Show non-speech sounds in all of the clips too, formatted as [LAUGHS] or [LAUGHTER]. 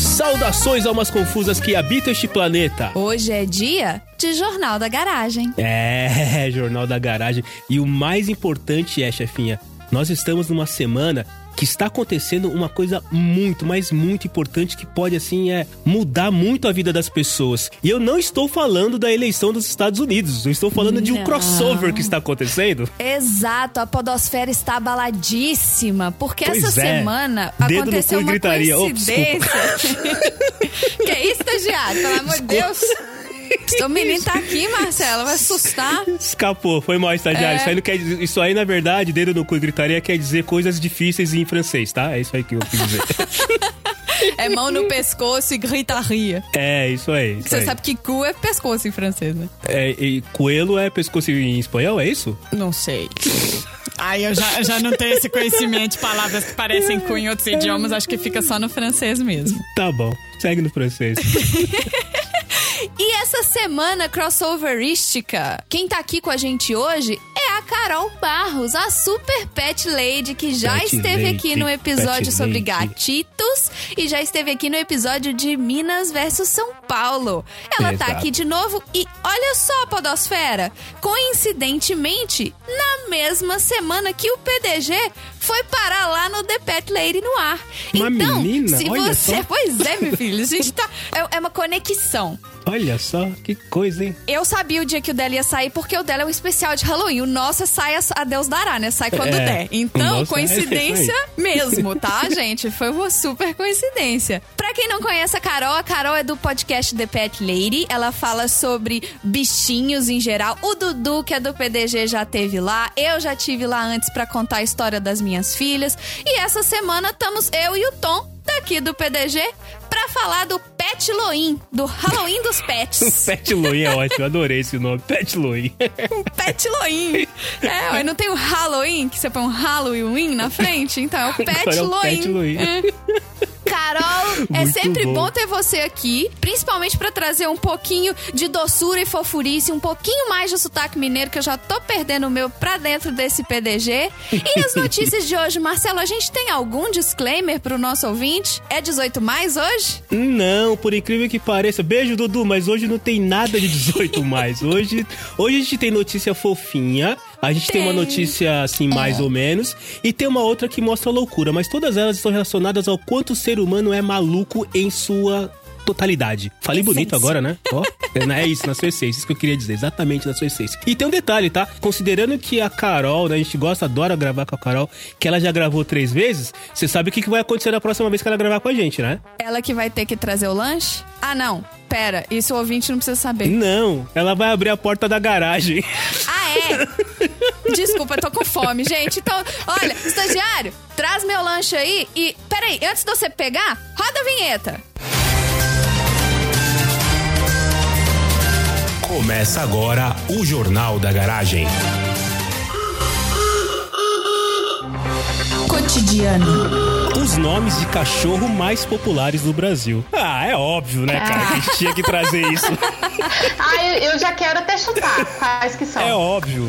Saudações almas confusas que habitam este planeta. Hoje é dia de Jornal da Garagem. É, [LAUGHS] Jornal da Garagem. E o mais importante é, chefinha, nós estamos numa semana que está acontecendo uma coisa muito, mas muito importante que pode, assim, é mudar muito a vida das pessoas. E eu não estou falando da eleição dos Estados Unidos, eu estou falando de um Não. crossover que está acontecendo. Exato, a podosfera está abaladíssima, porque Pois essa é. semana Dedo no aconteceu cu e uma gritaria. Oh, coincidência. [LAUGHS] que isso, estagiário? Pelo amor de Deus. O menino tá aqui, Marcelo, vai assustar. Escapou, foi mal, estagiário. É. Isso, aí não quer dizer- isso aí, na verdade, dedo no cu e gritaria quer dizer coisas difíceis em francês, tá? É isso aí que eu quis [LAUGHS] dizer. É mão no pescoço e gritaria. é, isso aí. Isso Você aí. sabe que cu é pescoço em francês, né? É, e coelho é pescoço em espanhol, é isso? Não sei. Ai, eu já, eu já não tenho esse conhecimento de palavras que parecem com em outros idiomas, acho que fica só no francês mesmo. Tá bom, segue no francês. E essa semana crossoverística, quem tá aqui com a gente hoje é a Carol Barros, a super pet lady que já Pet esteve lady, aqui no episódio pet sobre lady. gatitos e já esteve aqui no episódio de Minas versus São Paulo. Ela tá Exato. aqui de novo e olha só, Podosfera, coincidentemente, na mesma semana que o PDG foi parar lá no The Pet Lady no ar. Uma então, menina, se olha você. só. [LAUGHS] Pois é, meu filho, [LAUGHS] a gente tá. é- é uma conexão. [LAUGHS] Olha só, que coisa, hein? Eu sabia o dia que o dela ia sair, porque o dela é um especial de Halloween. O nosso é sai a, a Deus dará, né? Sai quando É. der. O Então, nosso é coincidência mesmo, [LAUGHS] tá, gente? Foi uma super coincidência. Pra quem não conhece a Carol, a Carol é do podcast The Pet Lady. Ela fala sobre bichinhos em geral. O Dudu, que é do PDG, já teve lá. Eu já tive lá antes pra contar a história das minhas filhas. E essa semana estamos eu e o Tom, daqui do PDG, pra falar do Pet Loin, do Halloween [LAUGHS] dos Pets. Pet Loin é ótimo, adorei esse nome. Pet Loin. Pet Loin. É, ué, não tem o Halloween, que você põe um Halloween na frente? Então é o Pet Agora é o Pet Loin. Loin. É. Carol, é Muito sempre bom. bom ter você aqui, principalmente pra trazer um pouquinho de doçura e fofurice, um pouquinho mais de sotaque mineiro, que eu já tô perdendo o meu pra dentro desse PDG. E [LAUGHS] as notícias de hoje, Marcelo, a gente tem algum disclaimer pro nosso ouvinte? É 18 mais hoje? Não, por incrível que pareça. Beijo, Dudu, mas hoje não tem nada de 18 mais. Hoje, hoje a gente tem notícia fofinha, a gente tem, uma Tem. notícia assim, mais ou menos, e tem uma outra que mostra loucura, mas todas elas estão relacionadas ao quanto o ser humano é maluco em sua totalidade. Falei bonito agora, né? Ó, é na- é isso, na sua essência, isso que eu queria dizer, exatamente na sua essência. E tem um detalhe, tá? Considerando que a Carol, né, a gente gosta, adora gravar com a Carol, que ela já gravou três vezes, você sabe o que que vai acontecer na próxima vez que ela gravar com a gente, né? Ela que vai ter que trazer o lanche? Ah, não. Pera, isso o ouvinte não precisa [LAUGHS] saber. Não, ela vai abrir a porta da garagem. Ah, é? [LAUGHS] Desculpa, eu tô com fome, gente. Então, olha, estagiário, traz meu lanche aí e. Peraí, antes de você pegar, roda a vinheta. Começa agora o Jornal da Garagem. Cotidiano. Os nomes de cachorro mais populares do Brasil. Ah, é óbvio, né, cara? Que a gente tinha que trazer isso. Ah, eu, eu já quero até chutar quais que são. É óbvio.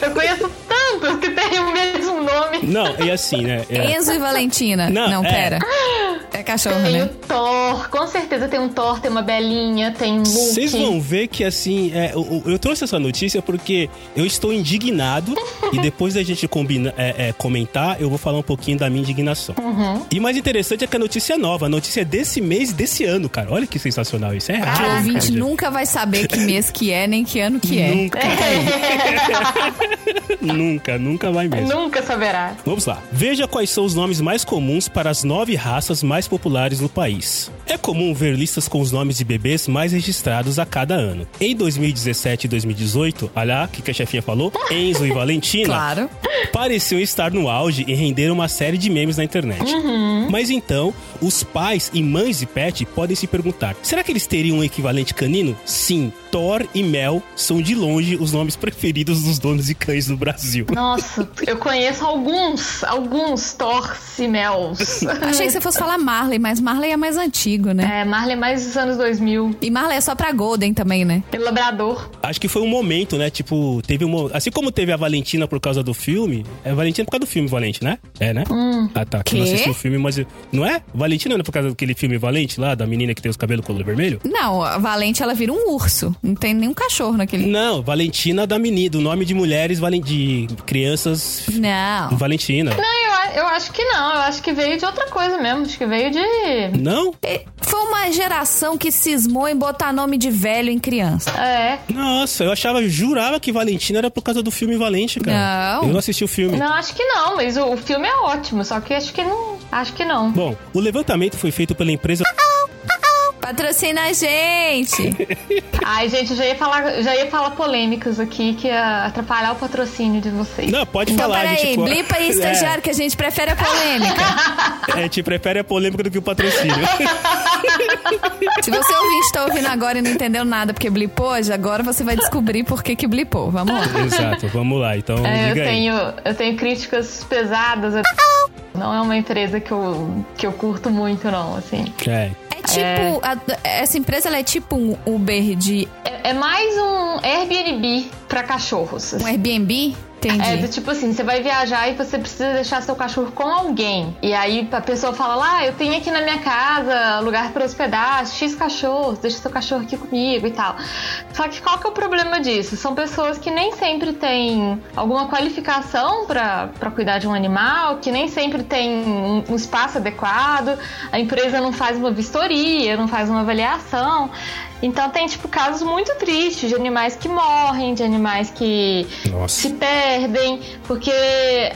Eu conheço tantos que têm o mesmo nome. Não, e assim, né? é- Enzo e Valentina. Não, Não, é. pera. É cachorro, Tem o né? Thor, com certeza tem um Thor, tem uma Belinha, tem um Luke. Vocês vão ver que assim, é, eu, eu trouxe essa notícia porque eu estou indignado e depois da gente combina, é, é, comentar, eu vou falar um pouquinho da minha indignação. E o mais interessante é que a notícia é nova, a notícia é desse mês, e desse ano, cara. Olha que sensacional isso. É Que raro. o ouvinte cara. nunca vai saber que mês que é, nem que ano que é. Nunca, nunca, nunca vai mesmo. Nunca saberá. Vamos lá. Veja quais são os nomes mais comuns para as nove raças mais populares no país. É comum ver listas com os nomes de bebês mais registrados a cada ano. Em 2017 e 2018, olha lá o que que a chefinha falou, Enzo e Valentina Claro. pareciam estar no auge e renderam uma série de memes na internet. Mas então, os pais e mães de pet podem se perguntar: será que eles teriam um equivalente canino? Sim, Thor e Mel são de longe os nomes preferidos dos donos de cães do Brasil. Nossa, eu conheço alguns, alguns Thor Simels. [LAUGHS] Achei que você fosse falar Marley, mas Marley é mais antigo, né? É, Marley é mais dos anos 2000. E Marley é só pra Golden também, né? Pelo Labrador. Acho que foi um momento, né? Tipo, teve um. mo- Assim como teve a Valentina por causa do filme. É Valentina por causa do filme, Valente, né? É, né? ah, tá. Que eu não Hum, quê? assisti o filme, mas. eu- Não é? Valentina não é por causa daquele filme Valente lá, da menina que tem os cabelos color vermelho? Não, a Valente ela vira um urso. Não tem nenhum cachorro naquele. Não, Valentina da menina, do nome de mulheres, valen... de crianças. Não. Valentina. Não, eu, a- eu acho que não. Eu acho que veio de outra coisa mesmo. Acho que veio de. Não? E- É, Foi uma geração que cismou em botar nome de velho em criança. É. Nossa, eu achava, jurava que Valentina era por causa do filme Valente, cara. Não. Eu não assisti o filme. Não, acho que não, mas o, o filme é ótimo, só que acho que não. Acho que não. Bom, o levantamento foi feito pela empresa. Patrocina a gente! Ai, gente, eu já ia falar, já ia falar polêmicas aqui que ia atrapalhar o patrocínio de vocês. Não, pode Então, falar, a gente. peraí, pô- [LAUGHS] blipa aí, estagiário, que a gente prefere a polêmica. É, a gente prefere a polêmica do que o patrocínio. Se você ouvinte tá ouvindo agora e não entendeu nada porque blipou hoje, agora você vai descobrir por que que blipou. Vamos lá. Exato, vamos lá. Então, É, eu diga aí. tenho, eu tenho críticas pesadas. eu- Não é uma empresa que eu, que eu curto muito, não, assim. É. É tipo. a- essa empresa ela é tipo um Uber de É, é mais um Airbnb pra cachorros. assim. um Airbnb? Entendi. É, do tipo assim, você vai viajar e você precisa deixar seu cachorro com alguém. E aí a pessoa fala lá, "Ah, eu tenho aqui na minha casa lugar para hospedar X cachorros, deixa seu cachorro aqui comigo e tal. Só que qual que é o problema disso? São pessoas que nem sempre têm alguma qualificação para cuidar de um animal, que nem sempre tem um, um espaço adequado, a empresa não faz uma vistoria, não faz uma avaliação. Então tem, tipo, casos muito tristes de animais que morrem, de animais que Nossa. se perdem, porque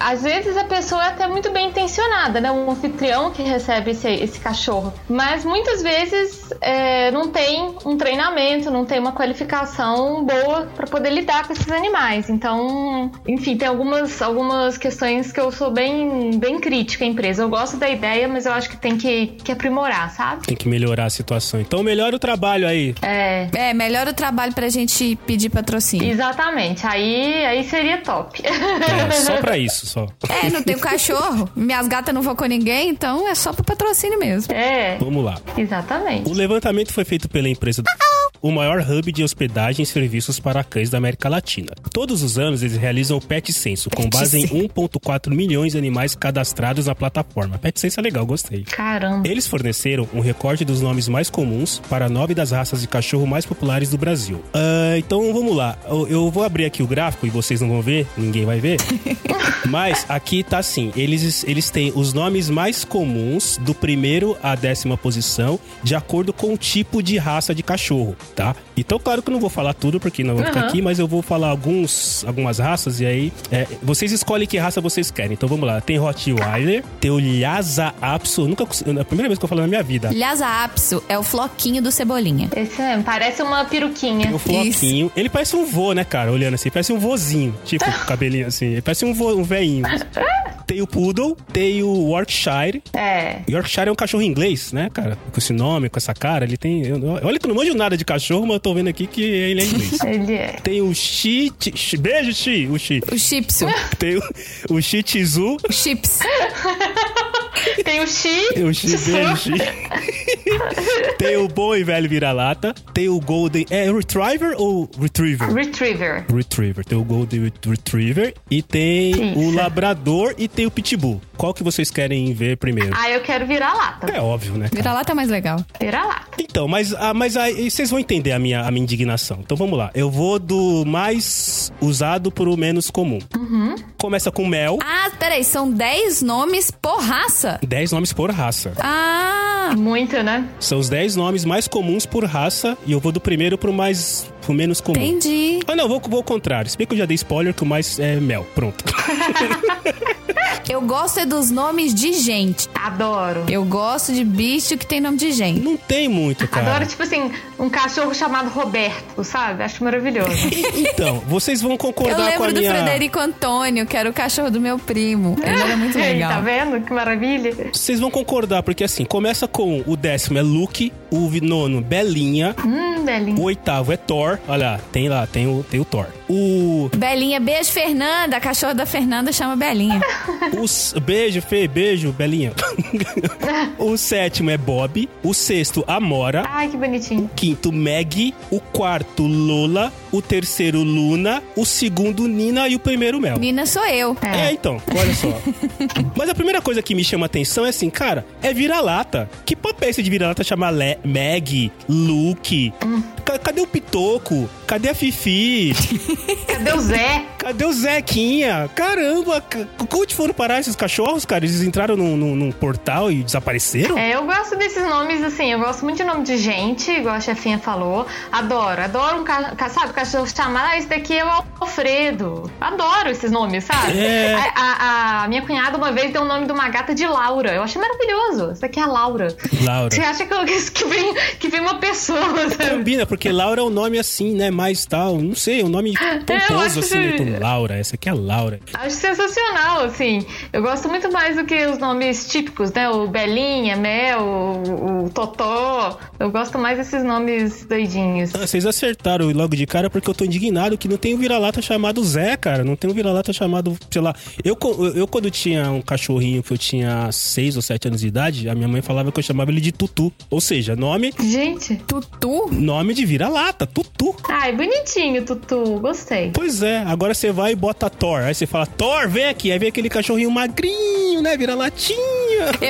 às vezes a pessoa é até muito bem intencionada, né? Um anfitrião que recebe esse, esse cachorro. Mas muitas vezes é, não tem um treinamento, não tem uma qualificação boa para poder lidar com esses animais. Então, enfim, tem algumas, algumas questões que eu sou bem, bem crítica à empresa. Eu gosto da ideia, mas eu acho que tem que, que aprimorar, sabe? Tem que melhorar a situação. Então, melhora o trabalho aí. É. É, melhora o trabalho pra gente pedir patrocínio. Exatamente, aí, aí seria top. É, só pra isso, só. É, não tenho cachorro, minhas gatas não vão com ninguém, então é só pro patrocínio mesmo. [LAUGHS] é, Vamos lá. exatamente. O levantamento foi feito pela empresa do... o maior hub de hospedagem e serviços para cães da América Latina. Todos os anos eles realizam o Pet Censo, com base em 1.4 milhões de animais cadastrados na plataforma. Pet Censo é legal, gostei. Caramba. Eles forneceram um recorte dos nomes mais comuns para nove das raças de cachorro mais populares do Brasil. Ah, então vamos lá. Eu, eu vou abrir aqui o gráfico e vocês não vão ver, ninguém vai ver. Mas aqui tá assim: eles, eles têm os nomes mais comuns do primeiro à décima posição, de acordo com o tipo de raça de cachorro, tá? Então, claro que eu não vou falar tudo, porque não vou ficar aqui, mas eu vou falar alguns, algumas raças e aí é, vocês escolhem que raça vocês querem. Então vamos lá: tem Rottweiler, tem o Lhasa Apso. eu Nunca, cons- é a primeira vez que eu falo na minha vida. Lhasa Apso é o floquinho do Cebolinha. Esse é, parece uma peruquinha. O Floquinho. Ele parece um vô, né, cara? Olhando assim, parece um vozinho. Tipo, cabelinho assim. Ele parece um vô, um veinho. Tem o Poodle, tem o Yorkshire, É. Yorkshire é um cachorro inglês, né, cara? Com esse nome, com essa cara, ele tem. eu- olha que eu não manjo nada de cachorro, mas eu tô vendo aqui que ele é inglês. Ele é. tem o Shi. Ti- Shi- Beijo, Shi! O Shi. O Chipsu. Tem o, o Shi Tzu. O Chips. [LAUGHS] Tem o Xi. Tem o Shi. Beijo, Shi. tem o bom e velho vira-lata. Tem o Golden. É Retriever ou Retriever? [LAUGHS] Retriever. Retriever. Tem o Golden Ret- Retriever. E tem o Isso. Labrador e tem o Pitbull. Qual que vocês querem ver primeiro? Ah, eu quero virar lata. É óbvio, né? cara? Vira lá, tá mais legal. Virar lata. Então, mas, ah, mas aí vocês vão entender a minha, a minha indignação. Então vamos lá. Eu vou do mais usado pro menos comum. Uhum. Começa com mel. Ah, peraí, são 10 nomes por raça? 10 nomes por raça. Ah, Muito, né? São os 10 nomes mais comuns por raça. E eu vou do primeiro pro mais. pro menos comum. entendi. Ah, não, vou, vou ao contrário. Se bem que eu já dei spoiler que o mais é mel. Pronto. [LAUGHS] Eu gosto é dos nomes de gente. Adoro. Eu gosto de bicho que tem nome de gente. Não tem muito, cara. Adoro, tipo assim, um cachorro chamado Roberto, sabe? [LAUGHS] Acho maravilhoso. Então, vocês vão Eu concordar com a lembro do minha. Frederico Antônio, que era o cachorro do meu primo. Ele era muito [LAUGHS] Ei, Tá legal. vendo? Que maravilha. Vocês vão concordar, porque assim, começa com o décimo é Luke, o vi- nono, Belinha. Hum, belinho. O oitavo é Thor. Olha, lá, tem lá, tem o, tem o Thor. O o. Belinha, beijo, Fernanda. A cachorra da Fernanda chama Belinha. Os... Beijo, Fê, beijo, Belinha. [LAUGHS] o sétimo é Bob. O sexto, Amora. Ai, que bonitinho. Quinto, Maggie. O quarto, Lola. O terceiro, Luna. O segundo, Nina. E o primeiro, Mel. Nina sou eu. É, então, olha só. Mas a primeira coisa que me chama atenção é assim, cara, é vira-lata. Que papo é esse de vira-lata chamar Le Maggie, Luke? Ca- Cadê o Pitoco? Cadê a Fifi? Cadê o Zé? Cadê o Zequinha? Caramba, c- onde foram parar esses cachorros, cara? Eles entraram num, num- num portal e desapareceram? É, eu gosto desses nomes, assim, eu gosto muito de nome de gente, igual a chefinha falou. Adoro, adoro um ca ca- sabe, cachorro chamado, ah, esse daqui é o Alfredo. Adoro esses nomes, sabe? É. A, a- a minha cunhada uma vez deu o nome de uma gata de Laura. Eu achei maravilhoso. Esse daqui é a Laura. Laura. Você acha que, eu- que, vem, que vem uma pessoa, sabe? Combina, porque Laura é um nome assim, né? Mais tal. Não sei, é um nome pomposo, Ah, acho assim, né? Então, que- Laura, essa aqui é a Laura. Acho sensacional, assim. Eu gosto muito mais do que os nomes típicos, né? O Belinha, Mel, o, o Totó. Eu gosto mais desses nomes doidinhos. Ah, Vocês acertaram logo de cara porque eu tô indignado que não tem um vira-lata chamado Zé, cara. Não tem um vira-lata chamado, sei lá. Eu, co- eu, quando tinha um cachorrinho que eu tinha 6 ou 7 anos de idade, a minha mãe falava que eu chamava ele de Tutu. Ou seja, nome, Gente, Tutu? nome de vira-lata, Tutu. ai, bonitinho, Tutu, gostei. Pois é, agora você vai e bota Thor. Aí você fala, Thor, vem aqui. Aí vem aquele cachorrinho magrinho, né? Vira-latinha.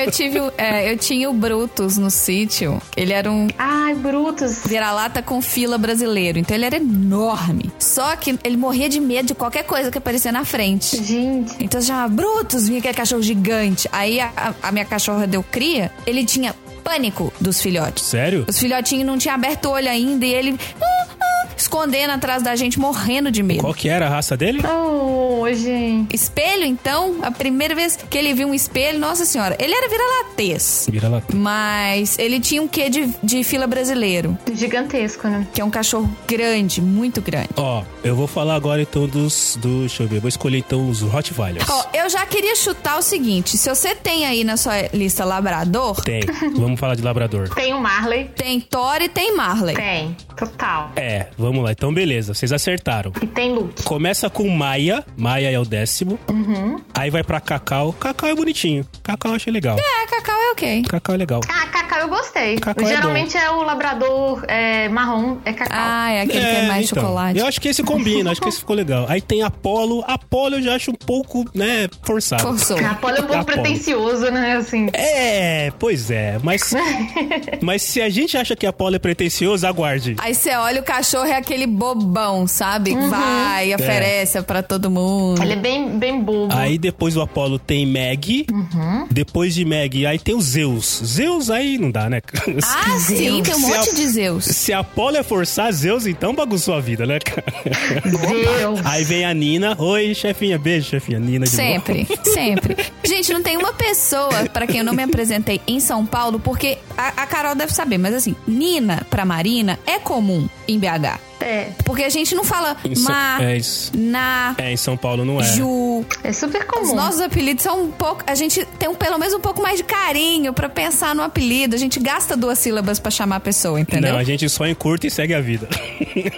Eu tive, o- é, eu tinha o Brutus no sítio. Ele era um Ai, Brutus. vira-lata com fila brasileiro. Então ele era enorme. Só que ele morria de medo de qualquer coisa que aparecia na frente. Gente, Então se chamava Brutus, vinha aquele cachorro gigante. Aí a, a- a minha cachorra deu cria, ele tinha pânico dos filhotes. Sério? Os filhotinhos não tinham aberto o olho ainda e ele ah, ah, escondendo atrás da gente, morrendo de medo. Qual que era a raça dele? oh, gente. Espelho, então, a primeira vez que ele viu um espelho, nossa senhora, ele era vira-latês. Vira-lata. Mas ele tinha um quê de, de fila brasileiro, Gigantesco, né? que é um cachorro grande, muito grande. Ó, eu vou falar agora então dos, dos. Deixa eu ver, vou escolher então os Rottweilers. Ó, eu já queria chutar o seguinte: se você tem aí na sua lista labrador, Tem. Vamos falar de labrador. Tem o Marley? tem Thor e tem Marley. Tem, total. É, vamos lá. Então, beleza. Vocês acertaram. E tem Luke. Começa com Maia. Maia é o décimo. Aí vai pra Cacau. Cacau é bonitinho. Cacau eu achei legal. É, Cacau é ok. Cacau é legal. Ah, Cacau eu gostei. Cacau é Geralmente é, o labrador é, marrom, é Cacau. Ah, é aquele que é mais então, chocolate. Eu acho que esse combina, acho que esse ficou legal. Aí tem Apolo. Apolo eu já acho um pouco, né, forçado. Forçou. A Paula é um pouco Apolo. pretencioso, né? Assim. É, pois é. Mas, mas se a gente acha que Apolo é pretencioso, aguarde. Aí você olha o cachorro, é aquele bobão, sabe? Vai, oferece pra todo mundo. Uhum. Ele é bem, bem bobo. Aí depois do Apolo tem Meg. Depois de Meg, aí tem o Zeus. Zeus aí não dá, né? Ah, sim, tem um Se a- monte de Zeus. Se Apolo é forçar, Zeus então bagunçou a vida, né, cara? [LAUGHS] Zeus. Aí vem a Nina. Oi, chefinha. Beijo, chefinha. Nina de novo. Sempre, sempre. Gente, não tem uma pessoa pra quem eu não me apresentei em São Paulo, porque a, a Carol deve saber, mas assim, Nina pra Marina é comum em BH. É, Porque a gente não fala Em São- Ma, é isso. Na, É, em São Paulo não é. Ju. é super Os comum. nossos apelidos são um pouco. A gente tem um, pelo menos um pouco mais de carinho pra pensar no apelido. A gente gasta duas sílabas pra chamar a pessoa, entendeu? Não, a gente só encurta e segue a vida. Te-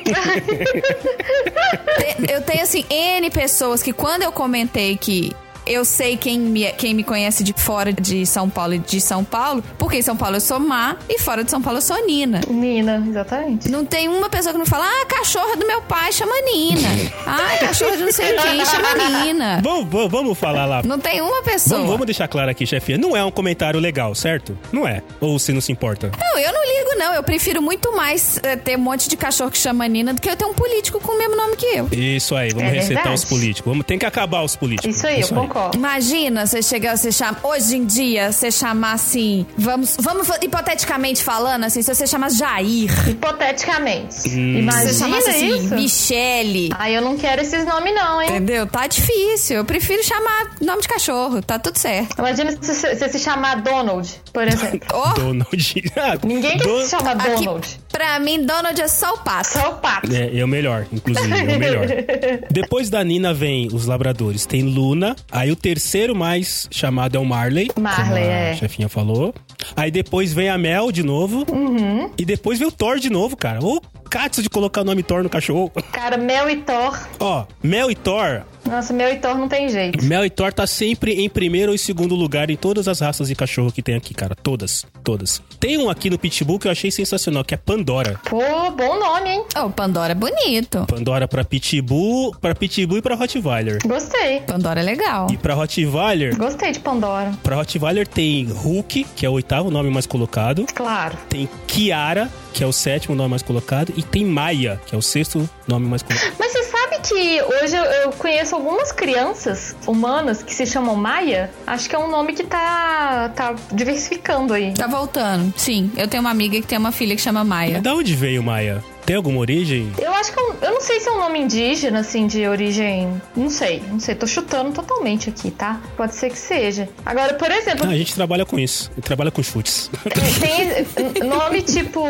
Eu tenho, assim, N pessoas que quando eu comentei que eu sei quem me, quem me conhece de fora de São Paulo e de São Paulo, porque em São Paulo eu sou má e fora de São Paulo eu sou Nina. Nina, exatamente. Não tem uma pessoa que não fala, ah, cachorra do meu pai chama [LAUGHS] Nina. Ah, cachorra de não sei quem chama Nina. vamos, vamos, vamos falar lá. Não tem uma pessoa. Vamos, vamos deixar claro aqui, chefinha. Não é um comentário legal, certo? Não é. Ou se não se importa. Não, eu não ligo, não. Eu prefiro muito mais eh, ter um monte de cachorro que chama Nina do que eu ter um político com o mesmo nome que eu. Isso aí, vamos É resetar verdade. os políticos. Vamos, tem que acabar os políticos. Isso aí, eu concordo. Imagina você chegar, você chama. Hoje em dia, você chamar assim. Vamos, vamos fa- hipoteticamente falando, assim, se você chama Jair, Hipoteticamente. Hum. se você Imagina chamasse assim, isso. Michele. Ai, eu não quero esses nomes, não, hein? Entendeu? Tá difícil. Eu prefiro chamar nome de cachorro. Tá tudo certo. Imagina se você se, se chamar Donald, [LAUGHS] por exemplo. Ó, Donald. Ah, Ninguém quer Don- se chamar aqui, Donald. pra mim, Donald é só o pato. Só o pato. É, é o melhor, inclusive, é o [LAUGHS] melhor. Depois da Nina vem os labradores. Tem Luna. Aí o terceiro mais chamado é o Marley. Marley, como a é. chefinha Uhum. falou. Aí depois vem a Mel de novo. E depois vem o Thor de novo, cara. Ô, catso de colocar o nome Thor no cachorro. Cara, Mel e Thor. Ó, Mel e Thor. Nossa, Mel e Thor não tem jeito. Mel e Thor tá sempre em primeiro ou em segundo lugar em todas as raças de cachorro que tem aqui, cara. Todas, todas. Tem um aqui no Pitbull que eu achei sensacional, que é Pandora. Pô, bom nome, hein? Oh, Pandora é bonito. Pandora pra Pitbull, pra Pitbull e pra Rottweiler. Gostei. Pandora é legal. E pra Rottweiler, Gostei de Pandora. pra Rottweiler tem Hulk, que é o oitavo nome mais colocado. Claro. Tem Kiara, que é o sétimo nome mais colocado. E tem Maia, que é o sexto nome mais colocado. Mas você sabe que hoje eu, eu conheço algumas crianças humanas que se chamam Maia? Acho que é um nome que tá, tá diversificando aí. Tá voltando. Sim, eu tenho uma amiga que tem uma filha que chama Maia. É Da onde veio Maia? Tem alguma origem? Eu acho que é um, eu não sei se é um nome indígena, assim, de origem. Não sei, não sei. Tô chutando totalmente aqui, tá? Pode ser que seja. Agora, por exemplo, Ah, a gente trabalha com isso. Trabalha com chutes. tem, tem nome tipo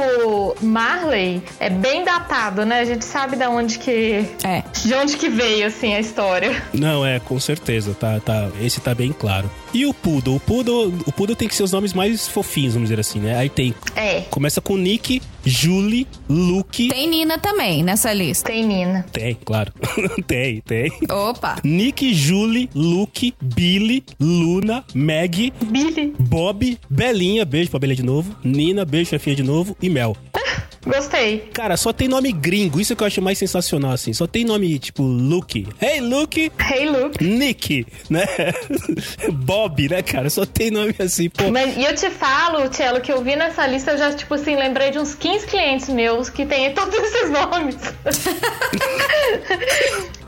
Marley, é bem datado, né? A gente sabe da onde que. É. De onde que veio, assim, a história. Não, é, com certeza, tá, tá, esse tá bem claro. E o Poodle? O Poodle, o Poodle tem que ser os nomes mais fofinhos, vamos dizer assim, né? Aí tem, É, começa com Nick, Julie, Luke... Tem Nina também nessa lista. tem Nina. Tem, claro. [LAUGHS] tem, tem. Opa. Nick, Julie, Luke, Billy, Luna, Maggie, Billy. Bob, Belinha, beijo pra Belinha de novo, Nina, beijo chefinha de novo e Mel. Gostei. Cara, só tem nome gringo, isso que eu acho mais sensacional, assim. Só tem nome, tipo, Luke. Hey, Luke! Hey, Luke. Nick, né? [LAUGHS] Bob, né, cara? Só tem nome assim, pô. Mas, e eu te falo, Tchelo, que eu vi nessa lista, eu já, tipo assim, lembrei de uns 15 clientes meus que têm todos esses nomes. [LAUGHS]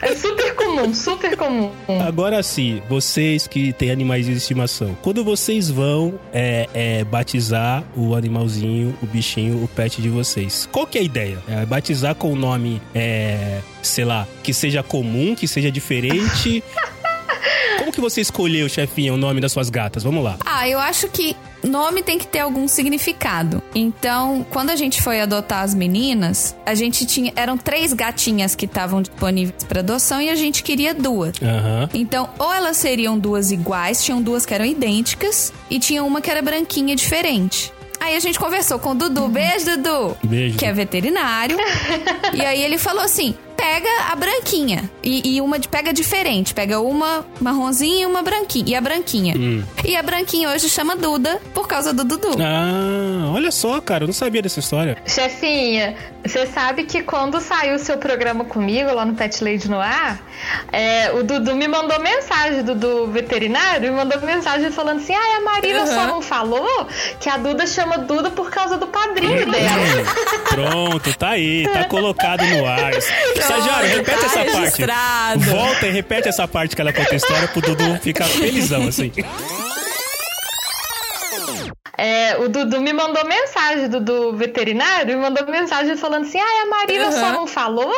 é super comum, super comum. Agora sim, vocês que têm animais de estimação, quando vocês vão é, é, batizar o animalzinho, o bichinho, o pet de vocês, qual que é a ideia? É, batizar com o nome, é, sei lá, que seja comum, que seja diferente? Como que você escolheu, chefinha, o nome das suas gatas? Vamos lá. Ah, eu acho que nome tem que ter algum significado. Então, quando a gente foi adotar as meninas, a gente tinha. Eram três gatinhas que estavam disponíveis pra adoção e a gente queria duas. Aham. Então, ou elas seriam duas iguais, tinham duas que eram idênticas e tinha uma que era branquinha diferente. Aí a gente conversou com o Dudu, beijo Dudu, Hum. Beijo. que [LAUGHS] é veterinário. e aí ele falou assim: pega a branquinha e, e uma de pega diferente, pega uma marronzinha e uma branquinha e a branquinha. E a branquinha hoje chama Duda por causa do Dudu. Hum. Ah, olha só, cara, eu não sabia dessa história. Chefinha, você sabe que quando saiu o seu programa comigo lá no Pet Lady no ar, é, o Dudu me mandou mensagem, Dudu veterinário, me mandou mensagem falando assim: ah, a Marina só Aham. não falou que a Duda chama Duda por causa do padrinho dela. Hum, Pronto, tá aí, tá colocado no ar. Estagiário, repete tá essa parte. registrado. Volta e repete essa parte que ela conta a história pro Dudu ficar felizão, assim. É, o Dudu me mandou mensagem, Dudu veterinário, me mandou mensagem falando assim: ah, a Marina Aham. só não falou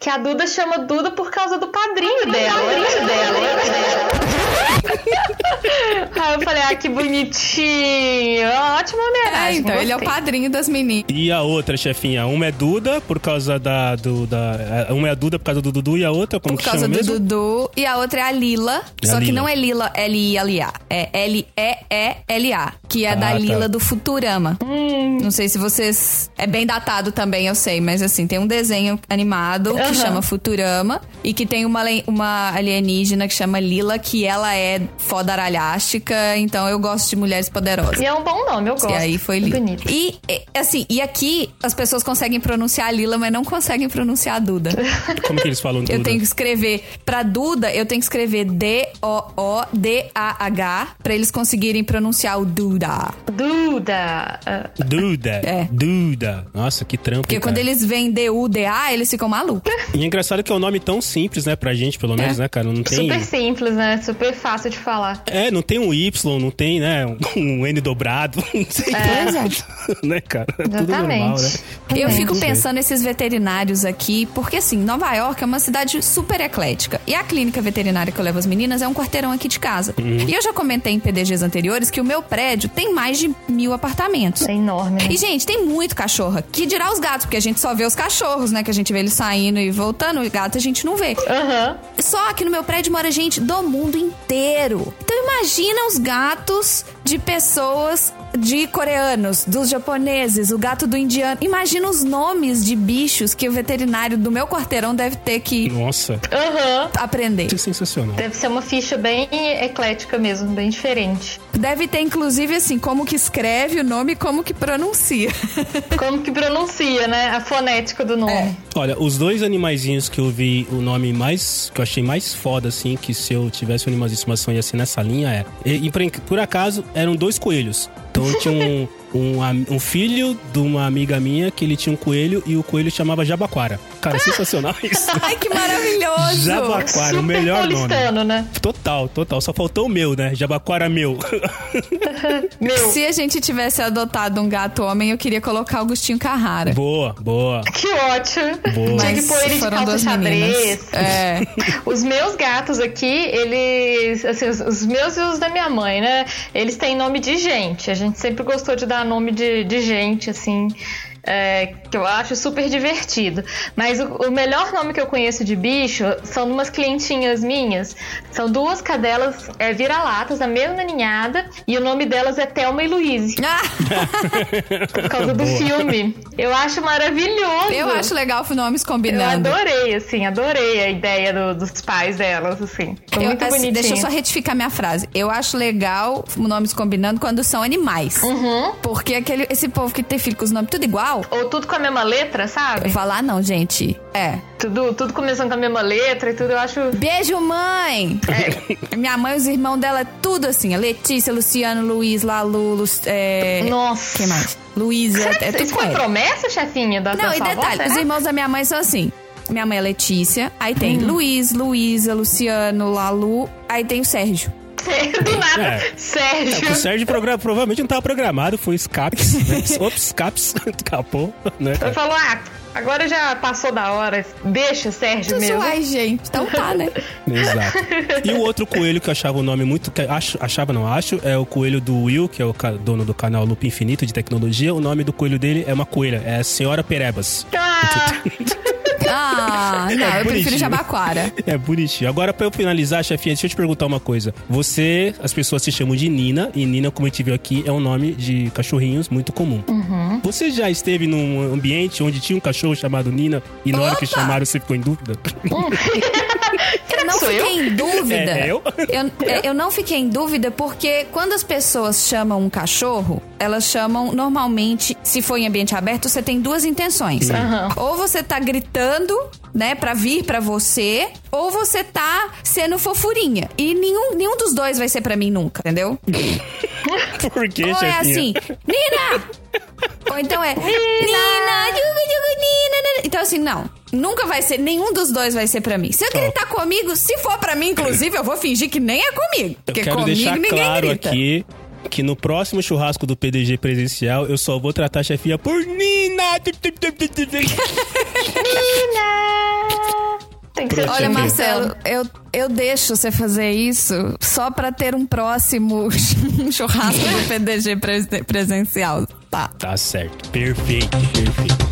que a Duda chama Duda por causa do padrinho dela. [LAUGHS] Padrinho dela. Aí eu falei: ah, que bonitinho. Ótima É, homenagem. então ele é o gostei. padrinho das meninas. E a outra, chefinha? Uma é Duda por causa da. Do, da uma é a Duda por causa do Dudu e a outra, como Por que causa chama do mesmo? Dudu. E a outra é a Lila. É a só que Lila. não é Lila L-I-L-A. É L-E-E-L-A. Que é Ah, da tá. Lila do Futurama. Hum. Não sei se vocês. É bem datado também, eu sei. Mas assim, tem um desenho animado que Aham. chama Futurama. E que tem uma, ale- uma alienígena que chama Lila, que ela é foda aralhástica. Então eu gosto de mulheres poderosas. E é um bom nome, eu gosto. E aí foi Lila. Bonito. E, é, assim, e aqui as pessoas conseguem pronunciar a Lila, mas não conseguem pronunciar a [LAUGHS] Duda. Como que eles falam Duda? Eu tenho que escrever pra Duda, eu tenho que escrever D-O-O-D-A-H pra eles conseguirem pronunciar o Duda. Duda. Ah, Duda. É. Duda. Nossa, que trampo. Porque cara. quando eles veem D-U-D-A, eles ficam malucos. E é engraçado que é um nome tão simples, né? Pra gente, É. pelo menos, né, cara? Não tem. Super simples, né? Super fácil de falar. É, não tem um Y, não tem, né? um- Um N dobrado. [LAUGHS] Não tem é. [LAUGHS] né, cara? É Tudo normal, né? Exatamente. Eu Não fico sei. pensando nesses veterinários aqui, porque assim, Nova York é uma cidade super eclética. E a clínica veterinária que eu levo as meninas é um quarteirão aqui de casa. E eu já comentei em PDGs anteriores que o meu prédio tem mais de mil apartamentos. É enorme, né? E, gente, tem muito cachorro. aqui. Que dirá os gatos, porque a gente só vê os cachorros, né? Que a gente vê eles saindo e voltando. E gato a gente não vê. Aham. Só que no meu prédio mora gente do mundo inteiro. Então imagina os gatos de pessoas de coreanos, dos japoneses, o gato do indiano. Imagina os nomes de bichos que o veterinário do meu quarteirão deve ter que Nossa, Aham. aprender. isso é sensacional. Deve ser uma ficha bem eclética mesmo, bem diferente. Deve ter, inclusive, assim, como que escreve o nome e como que pronuncia. [LAUGHS] Como que pronuncia, né? A fonética do nome. Olha, os dois animaizinhos que eu vi o nome mais. que eu achei mais foda, assim, que se eu tivesse um animal de estimação ia ser nessa linha é. E, e por, enc- por acaso eram dois coelhos. Então eu tinha um, um, am- um filho de uma amiga minha que ele tinha um coelho e o coelho chamava Jabaquara. Cara, sensacional isso. Ai, que maravilhoso! Jabaquara, o melhor nome. paulistano, né? Total, total. Só faltou o meu, né? Jabaquara meu. [LAUGHS] Meu, Se a gente tivesse adotado um gato homem, eu queria colocar Augustinho Carrara. boa, boa. que ótimo. Boa. Tinha que pôr ele de calça xadrez. [LAUGHS] É. Os meus gatos aqui, eles. Assim, os, os meus e os da minha mãe, né? Eles têm nome de gente. A gente sempre gostou de dar nome de, de gente, assim. é, que eu acho super divertido. Mas o, o melhor nome que eu conheço de bicho são de umas clientinhas minhas. São duas cadelas é, vira-latas da mesma ninhada. E o nome delas é Thelma e Louise, Ah, por causa do Boa. filme. Eu acho maravilhoso. eu acho legal nomes Eu combinando. adorei, assim, adorei a ideia do- dos pais delas, assim. Foi Eu- muito assim, bonitinho. deixa eu só retificar minha frase. Eu acho legal nomes combinando quando são animais. Uhum. Porque aquele, esse povo que tem filho com os nomes tudo igual, Ou tudo com a mesma letra, eu sabe? falar não, gente. É. Tudo, tudo começando com a mesma letra e tudo, eu acho. Beijo, mãe! É, Minha mãe, os irmãos dela, tudo assim. Letícia, Luciano, Luiz, Lalu, Lu, é... nossa. Quem mais? Luísa, é tudo Isso com foi ele. promessa, chefinha? Da, Não, da e sua avó, detalhe, será? os [LAUGHS] irmãos da minha mãe são assim. Minha mãe é Letícia, aí tem Hum. Luiz, Luísa, Luciano, Lalu, aí tem o Sérgio. Do nada, É. Sérgio. É, o Sérgio progra- provavelmente não tava programado, foi escapes. Né? Ops, escapes, [LAUGHS] escapou, né? Ele falou, ah, agora já passou da hora. Deixa, Sérgio Tudo mesmo. zoar, gente. Então tá, [LAUGHS] né? Exato. E o outro coelho que eu achava o nome muito. que acho- achava, não acho, é o coelho do Will, que é o ca- dono do canal Loop Infinito de Tecnologia. O nome do coelho dele é uma coelha, é a Senhora Perebas. [LAUGHS] Ah, Ah, É não, eu prefiro bonitinho. Jabaquara. É bonitinho. Agora, pra eu finalizar, chefinha, deixa eu te perguntar uma coisa. Você, as pessoas se chamam de Nina, e Nina, como a gente viu aqui, é um nome de cachorrinhos muito comum. Você já esteve num ambiente onde tinha um cachorro chamado Nina e na hora que Opa! chamaram você ficou em dúvida? Eu não Sou fiquei eu? em dúvida. É, eu? [LAUGHS] Eu, é, eu não fiquei em dúvida porque quando as pessoas chamam um cachorro, elas chamam normalmente, se for em ambiente aberto, você tem duas intenções. Aham. Ou você tá gritando, né, pra vir pra você, ou você tá sendo fofurinha. E nenhum, nenhum dos dois vai ser pra mim nunca, entendeu? [LAUGHS] Por que, Ou é chefinha? assim, Nina! Ou então é, Nina! tchugu, tchugu, Nina! nana." Então assim, não. Nunca vai ser, nenhum dos dois vai ser pra mim. Se eu gritar comigo, se for pra mim, inclusive, eu vou fingir que nem é comigo. Eu Porque quero comigo deixar ninguém claro grita. aqui que no próximo churrasco do PDG presencial eu só vou tratar a chefinha por [LAUGHS] Nina. tem que ser. Pronto, Olha, Chefinha. Marcelo, eu, eu deixo você fazer isso só pra ter um próximo [LAUGHS] churrasco do PDG presen- presencial. Tá. tá certo. Perfeito, perfeito.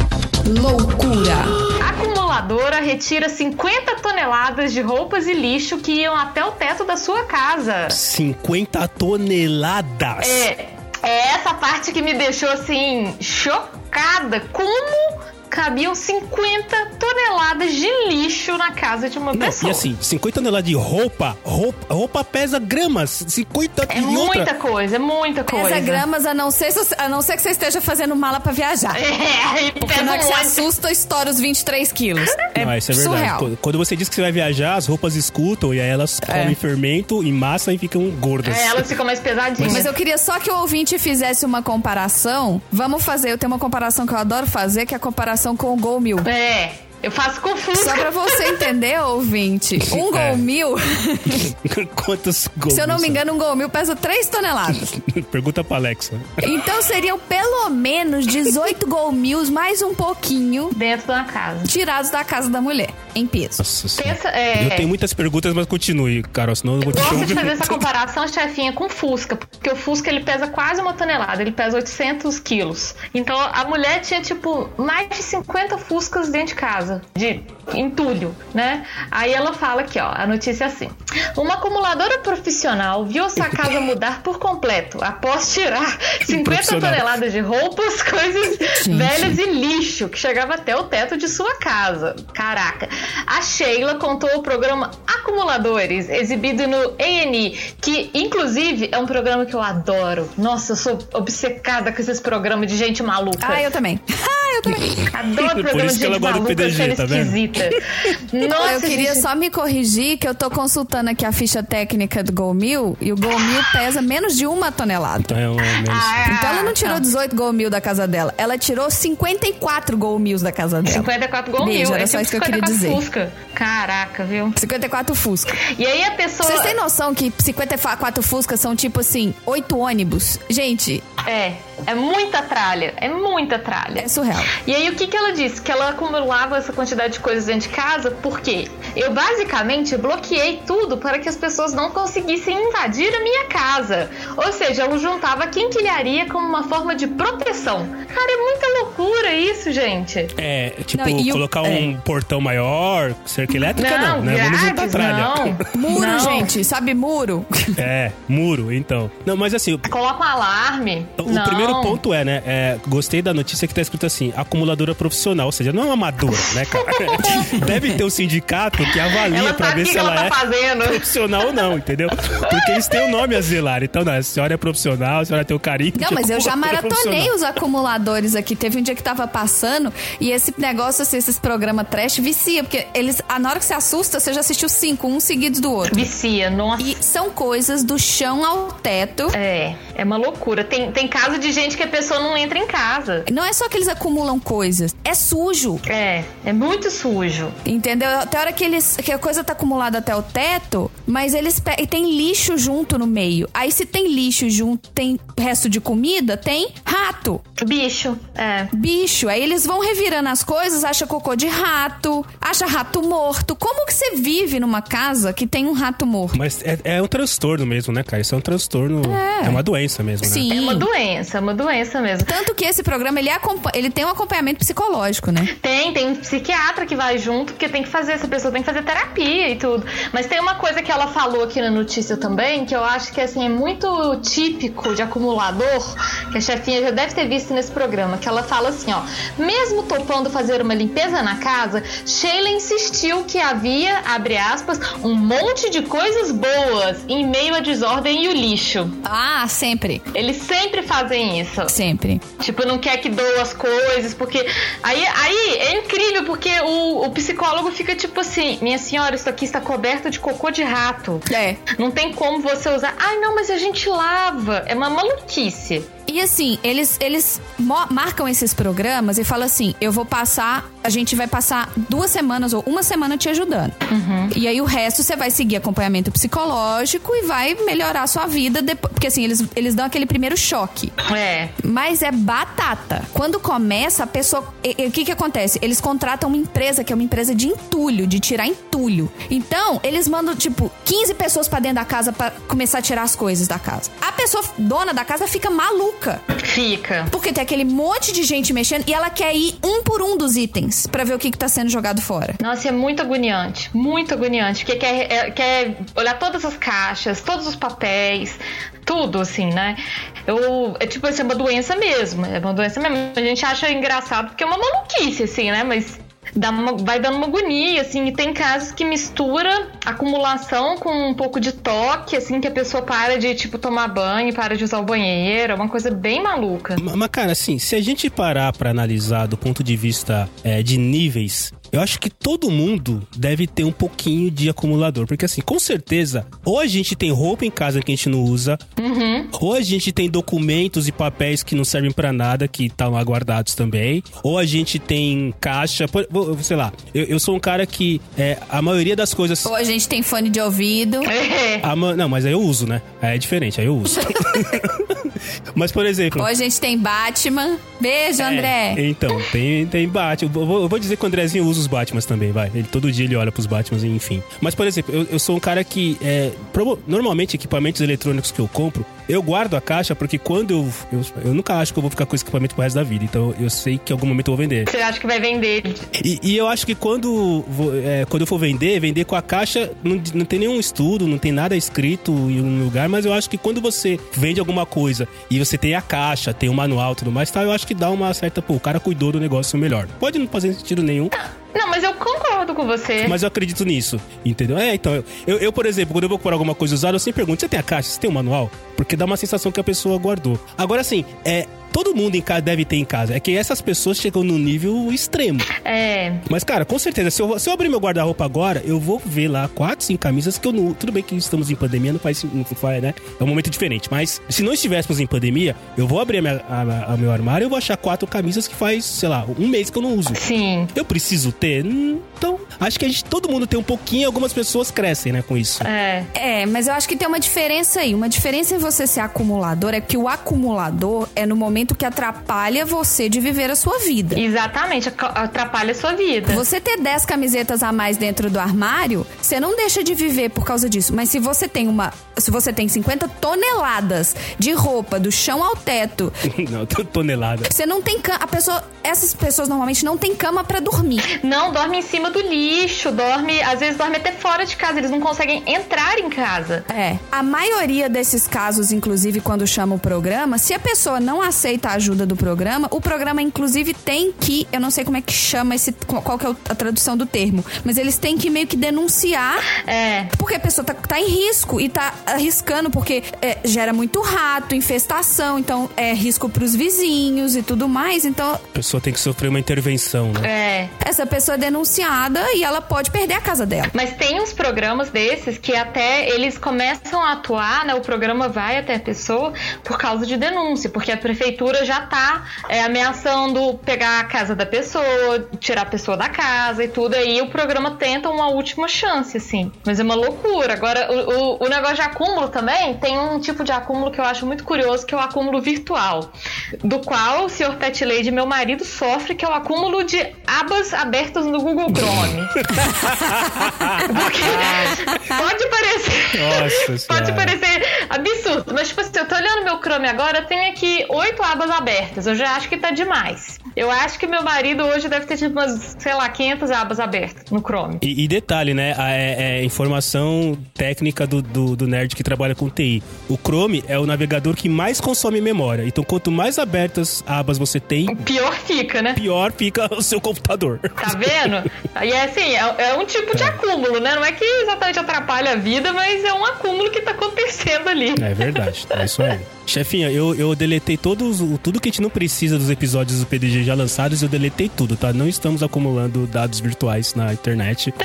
Loucura. A acumuladora retira 50 toneladas de roupas e lixo que iam até o teto da sua casa. 50 toneladas. É, é essa parte que me deixou assim chocada. Como cabiam 50 toneladas de lixo na casa de uma Não, e pessoa? assim, 50 toneladas de roupa, roupa, roupa pesa gramas, 50 é e muita outra. coisa, é muita coisa. Pesa gramas, a não, ser, se você- a não ser que você esteja fazendo mala pra viajar. [LAUGHS] É, e Porque pesa na hora que você muito. assusta, estoura os 23 quilos. [LAUGHS] É, Não, isso é verdade. surreal. É. Qu- Quando você diz que você vai viajar, as roupas escutam e aí elas comem fermento e massa e ficam gordas. É, [LAUGHS] elas ficam mais pesadinhas. Mas eu queria só que o ouvinte fizesse uma comparação. Vamos fazer, eu tenho uma comparação que eu adoro fazer, que é a comparação com o Gol Mil. É, eu faço confuso. Só pra [LAUGHS] você entender, ouvinte, um Gol É. Mil, Quantos gols? se eu não me engano, um Gol Mil pesa 3 toneladas. Pergunta pra Alexa. Então seriam pelo menos 18 Gol Mils, mais um pouquinho, Dentro da casa. tirados da casa da mulher, em peso. Nossa senhora. Pensa, é, Eu tenho muitas perguntas, mas continue, Carol, senão eu vou te Gosto de chamar. fazer essa comparação, chefinha, com o Fusca, porque o Fusca ele pesa quase uma tonelada, ele pesa 800 quilos. Então a mulher tinha tipo mais de 50 Fuscas dentro de casa. casa, de entulho, né? Aí ela fala aqui, ó, a notícia é assim. Uma acumuladora profissional viu sua casa mudar por completo após tirar 50 Profissional. toneladas de roupas, [LAUGHS] coisas Gente. velhas e lixo que chegava até o teto de sua casa. Caraca. A Sheila contou o programa Acumuladores, exibido no ENI, que inclusive é um programa que eu adoro. Nossa, eu sou obcecada com esses programas de gente maluca. Ah, eu também. [LAUGHS] Ah, eu também. Adoro Por programa isso de que ela gosta gente do maluca, PDG, sendo tá vendo? [LAUGHS] esquisita. Nossa, eu queria gente, só me corrigir que eu tô consultando aqui a ficha técnica do Golmil e o Golmil pesa menos de uma tonelada. [LAUGHS] Então é um é menos. Ah. Então ela não tirou 18 gol mil da casa dela, ela tirou 54 gol mil da casa dela. 54 gol Beijo, mil. era é só tipo isso que eu queria 54 dizer. Fusca. Caraca, viu? 54 Fusca. E aí a pessoa. Vocês têm noção que 54 Fusca são tipo assim, 8 ônibus? Gente, É, é muita tralha. É muita tralha. é surreal. E aí o que, que ela disse? Que ela acumulava essa quantidade de coisas dentro de casa, por quê? Eu basicamente bloqueei tudo para que as pessoas não conseguissem invadir a minha casa. Ou seja, eu juntava quinquilharia como uma forma de proteção. Cara, é muita loucura isso, gente. É, tipo, Não, e o- é. colocar um portão maior, cerca elétrica, não, né? Vamos juntar grades, tralha. [LAUGHS] não. Muro, Não. gente, sabe muro? É, muro, então. Não, mas assim, Coloca um alarme. Então, o Não. primeiro ponto é, né? é, gostei da notícia que tá escrito assim: acumuladora profissional, ou seja, não é uma amadora, né, cara? [LAUGHS] Deve ter um sindicato que avalia Ela pra sabe o ver que, se que ela, ela, tá é fazendo. profissional ou não, entendeu? Porque eles têm o nome a zelar. Então, não, a senhora é profissional, a senhora tem o carinho. Não, de mas eu já acumuladora maratonei profissional. os acumuladores aqui. Teve um dia que tava passando e esse negócio, assim, esses programas trash vicia, porque eles, a- na hora que você assusta, você já assistiu cinco, um seguido do outro. Vicia, nossa. E são coisas do chão ao teto. É, é uma loucura. Tem, tem caso de gente que a pessoa não entra em casa. Não é só que eles acumulam coisas, é sujo. É, é muito sujo. Entendeu? Até a hora que eles. que a coisa tá acumulada até o teto, mas eles. pe- E tem lixo junto no meio. Aí se tem lixo junto, tem resto de comida, tem rato, Bicho, é. bicho. Aí eles vão revirando as coisas, acha cocô de rato, acha rato morto. Como que você vive numa casa que tem um rato morto? Mas é, é um transtorno mesmo, né, cara? Isso é um transtorno. É, uma doença mesmo, né? Sim. É uma doença, é uma doença mesmo. Tanto que esse programa ele, acompa- ele tem um acompanhamento psicológico, né? Tem, tem psiquiatra que vai junto, porque tem que fazer, essa pessoa tem que fazer terapia e tudo. Mas tem uma coisa que ela falou aqui na notícia também, que eu acho que assim, é muito típico de acumulador, que a chefinha já deve ter visto nesse programa, que ela fala assim, ó, mesmo topando fazer uma limpeza na casa, Sheila insistiu que havia, abre aspas, um monte de coisas boas em meio à desordem e o lixo. Ah, sempre. Eles sempre fazem isso. Sempre. Tipo, não quer que doa as coisas, porque. Aí, aí é incrível, porque o, o psicólogo fica tipo assim: minha senhora, isso aqui está coberto de cocô de rato. É. Não tem como você usar. Ai, não, mas a gente lava. É uma maluquice. E assim, eles, eles mo- marcam esses programas e falam assim: eu vou passar, a gente vai passar duas semanas ou uma semana te ajudando. Uhum. E aí o resto você vai seguir acompanhamento psicológico e vai melhorar a sua vida. Depois, porque assim, eles, eles dão aquele primeiro choque. É. Mas é batata. Quando começa, a pessoa. e- e O que que acontece? Eles contratam uma empresa, que é uma empresa de entulho, de tirar entulho. Então, eles mandam, tipo, 15 pessoas pra dentro da casa pra começar a tirar as coisas da casa. A pessoa dona da casa fica maluca. Fica. Porque tem aquele monte de gente mexendo e ela quer ir um por um dos itens pra ver o que, que tá sendo jogado fora. Nossa, é muito agoniante. Muito agoniante. Porque quer, é- quer olhar todas as caixas, todos os papéis, tudo, assim, né? Eu, é tipo assim, é uma doença mesmo. É uma doença mesmo. A gente acha engraçado porque é uma maluquice, assim, né? Mas. dá uma- vai dando uma agonia, assim, e tem casos que mistura acumulação com um pouco de toque, assim, que a pessoa para de, tipo, tomar banho, para de usar o banheiro, é uma coisa bem maluca. [LAUGHS] Ma- Mas, cara, assim, se a gente parar pra analisar do ponto de vista é, de níveis, eu acho que todo mundo deve ter um pouquinho de acumulador. Porque, assim, com certeza, ou a gente tem roupa em casa que a gente não usa, ou a gente tem documentos e papéis que não servem pra nada, que estão lá guardados também, ou a gente tem caixa. por- vou- sei lá, eu, eu sou um cara que é, a maioria das coisas. Ou a gente tem fone de ouvido. É. a ma- não, mas aí eu uso, né? Aí é diferente, aí eu uso. Mas, por exemplo. Hoje a gente tem Batman. Beijo, André. Então, tem, tem Batman. Eu vou, eu vou dizer que o Andrezinho usa os Batmans também, vai. Ele, todo dia ele olha pros Batmans, enfim. Mas, por exemplo, eu, eu sou um cara que. é, provo- normalmente, equipamentos eletrônicos que eu compro, eu guardo a caixa porque quando eu, eu. eu nunca acho que eu vou ficar com esse equipamento pro resto da vida. Então, eu sei que em algum momento eu vou vender. Você acha que vai vender? E, e eu acho que quando, vo- é, quando eu for vender, vender com a caixa, não, não tem nenhum estudo, não tem nada escrito em um lugar, mas eu acho que quando você vende alguma coisa e você tem a caixa, tem o manual e tudo mais, tá, eu acho que dá uma certa. Pô, o cara cuidou do negócio melhor. Pode não fazer sentido nenhum, Não, mas eu concordo com você. mas eu acredito nisso, entendeu? É, então, eu- eu, eu, por exemplo, quando eu vou comprar alguma coisa usada, eu sempre pergunto, você tem a caixa? Você tem o manual? Porque dá uma sensação que a pessoa guardou. Agora, assim, é... Todo mundo em casa deve ter em casa. É que essas pessoas chegam num nível extremo. É. Mas, cara, com certeza, se eu, se eu abrir meu guarda-roupa agora, eu vou ver lá quatro, cinco camisas que eu não. Tudo bem que estamos em pandemia, não faz, não faz né? É um momento diferente. Mas se não estivéssemos em pandemia, eu vou abrir a minha, a- a- meu armário e eu vou achar quatro camisas que faz, sei lá, um mês que eu não uso. Sim. Eu preciso ter? Hum, Então, acho que a gente, todo mundo tem um pouquinho, algumas pessoas crescem, né, com isso. É. É, mas eu acho que tem uma diferença aí. Uma diferença em você ser acumulador é que o acumulador é no momento que atrapalha você de viver a sua vida. Exatamente. aca- Atrapalha a sua vida. Você ter 10 camisetas a mais dentro do armário, você não deixa de viver por causa disso. Mas se você tem uma. Se você tem 50 toneladas de roupa do chão ao teto, [LAUGHS] Não, tô- tonelada. você não tem cama. A pessoa. Essas pessoas normalmente não têm cama pra dormir. Não, dorme em cima do lixo, dorme, às vezes dorme até fora de casa, eles não conseguem entrar em casa. É. A maioria desses casos, inclusive quando chama o programa, se a pessoa não aceita a ajuda do programa, o programa inclusive tem que, eu não sei como é que chama esse, qual que é a tradução do termo, mas eles têm que meio que denunciar É. Porque a pessoa tá, tá em risco e tá arriscando, porque é, gera muito rato, infestação, então é risco pros vizinhos e tudo mais. Então, A pessoa tem que sofrer uma intervenção, né? É. essa pessoa é denunciada e ela pode perder a casa dela. Mas tem uns programas desses que até eles começam a atuar, né? O programa vai até a pessoa por causa de denúncia, porque a prefeitura já tá é, ameaçando pegar a casa da pessoa, tirar a pessoa da casa e tudo. Aí o programa tenta uma última chance, assim. Mas é uma loucura. Agora, o, o- o negócio de acúmulo também tem um tipo de acúmulo que eu acho muito curioso, que é o acúmulo virtual. Do qual o senhor Pet Lady, meu marido, sofre, que é o acúmulo de abas abertas no Google Chrome. Porque pode parecer. Nossa [LAUGHS] Pode Senhora. parecer absurdo, mas tipo assim, eu tô olhando meu Chrome agora, eu tenho aqui oito abas abertas. Eu já acho que tá demais. Eu acho que meu marido hoje deve ter tipo umas, sei lá, 500 abas abertas no Chrome. E, e detalhe, né? a- é, é informação técnica do, do, do nerd que trabalha com TI. O Chrome é o navegador que mais consome memória. Então, quanto mais abertas abas você tem, Pior fica, né? pior fica o seu computador. Tá vendo? E é assim, é, é um tipo de acúmulo, né? Não é que exatamente atrapalha a vida, mas é um acúmulo que tá acontecendo ali. É verdade, é isso aí. Chefinha, eu, eu deletei todos, o- tudo que a gente não precisa dos episódios do PDG já lançados, eu deletei tudo, tá? Não estamos acumulando dados virtuais na internet, [LAUGHS]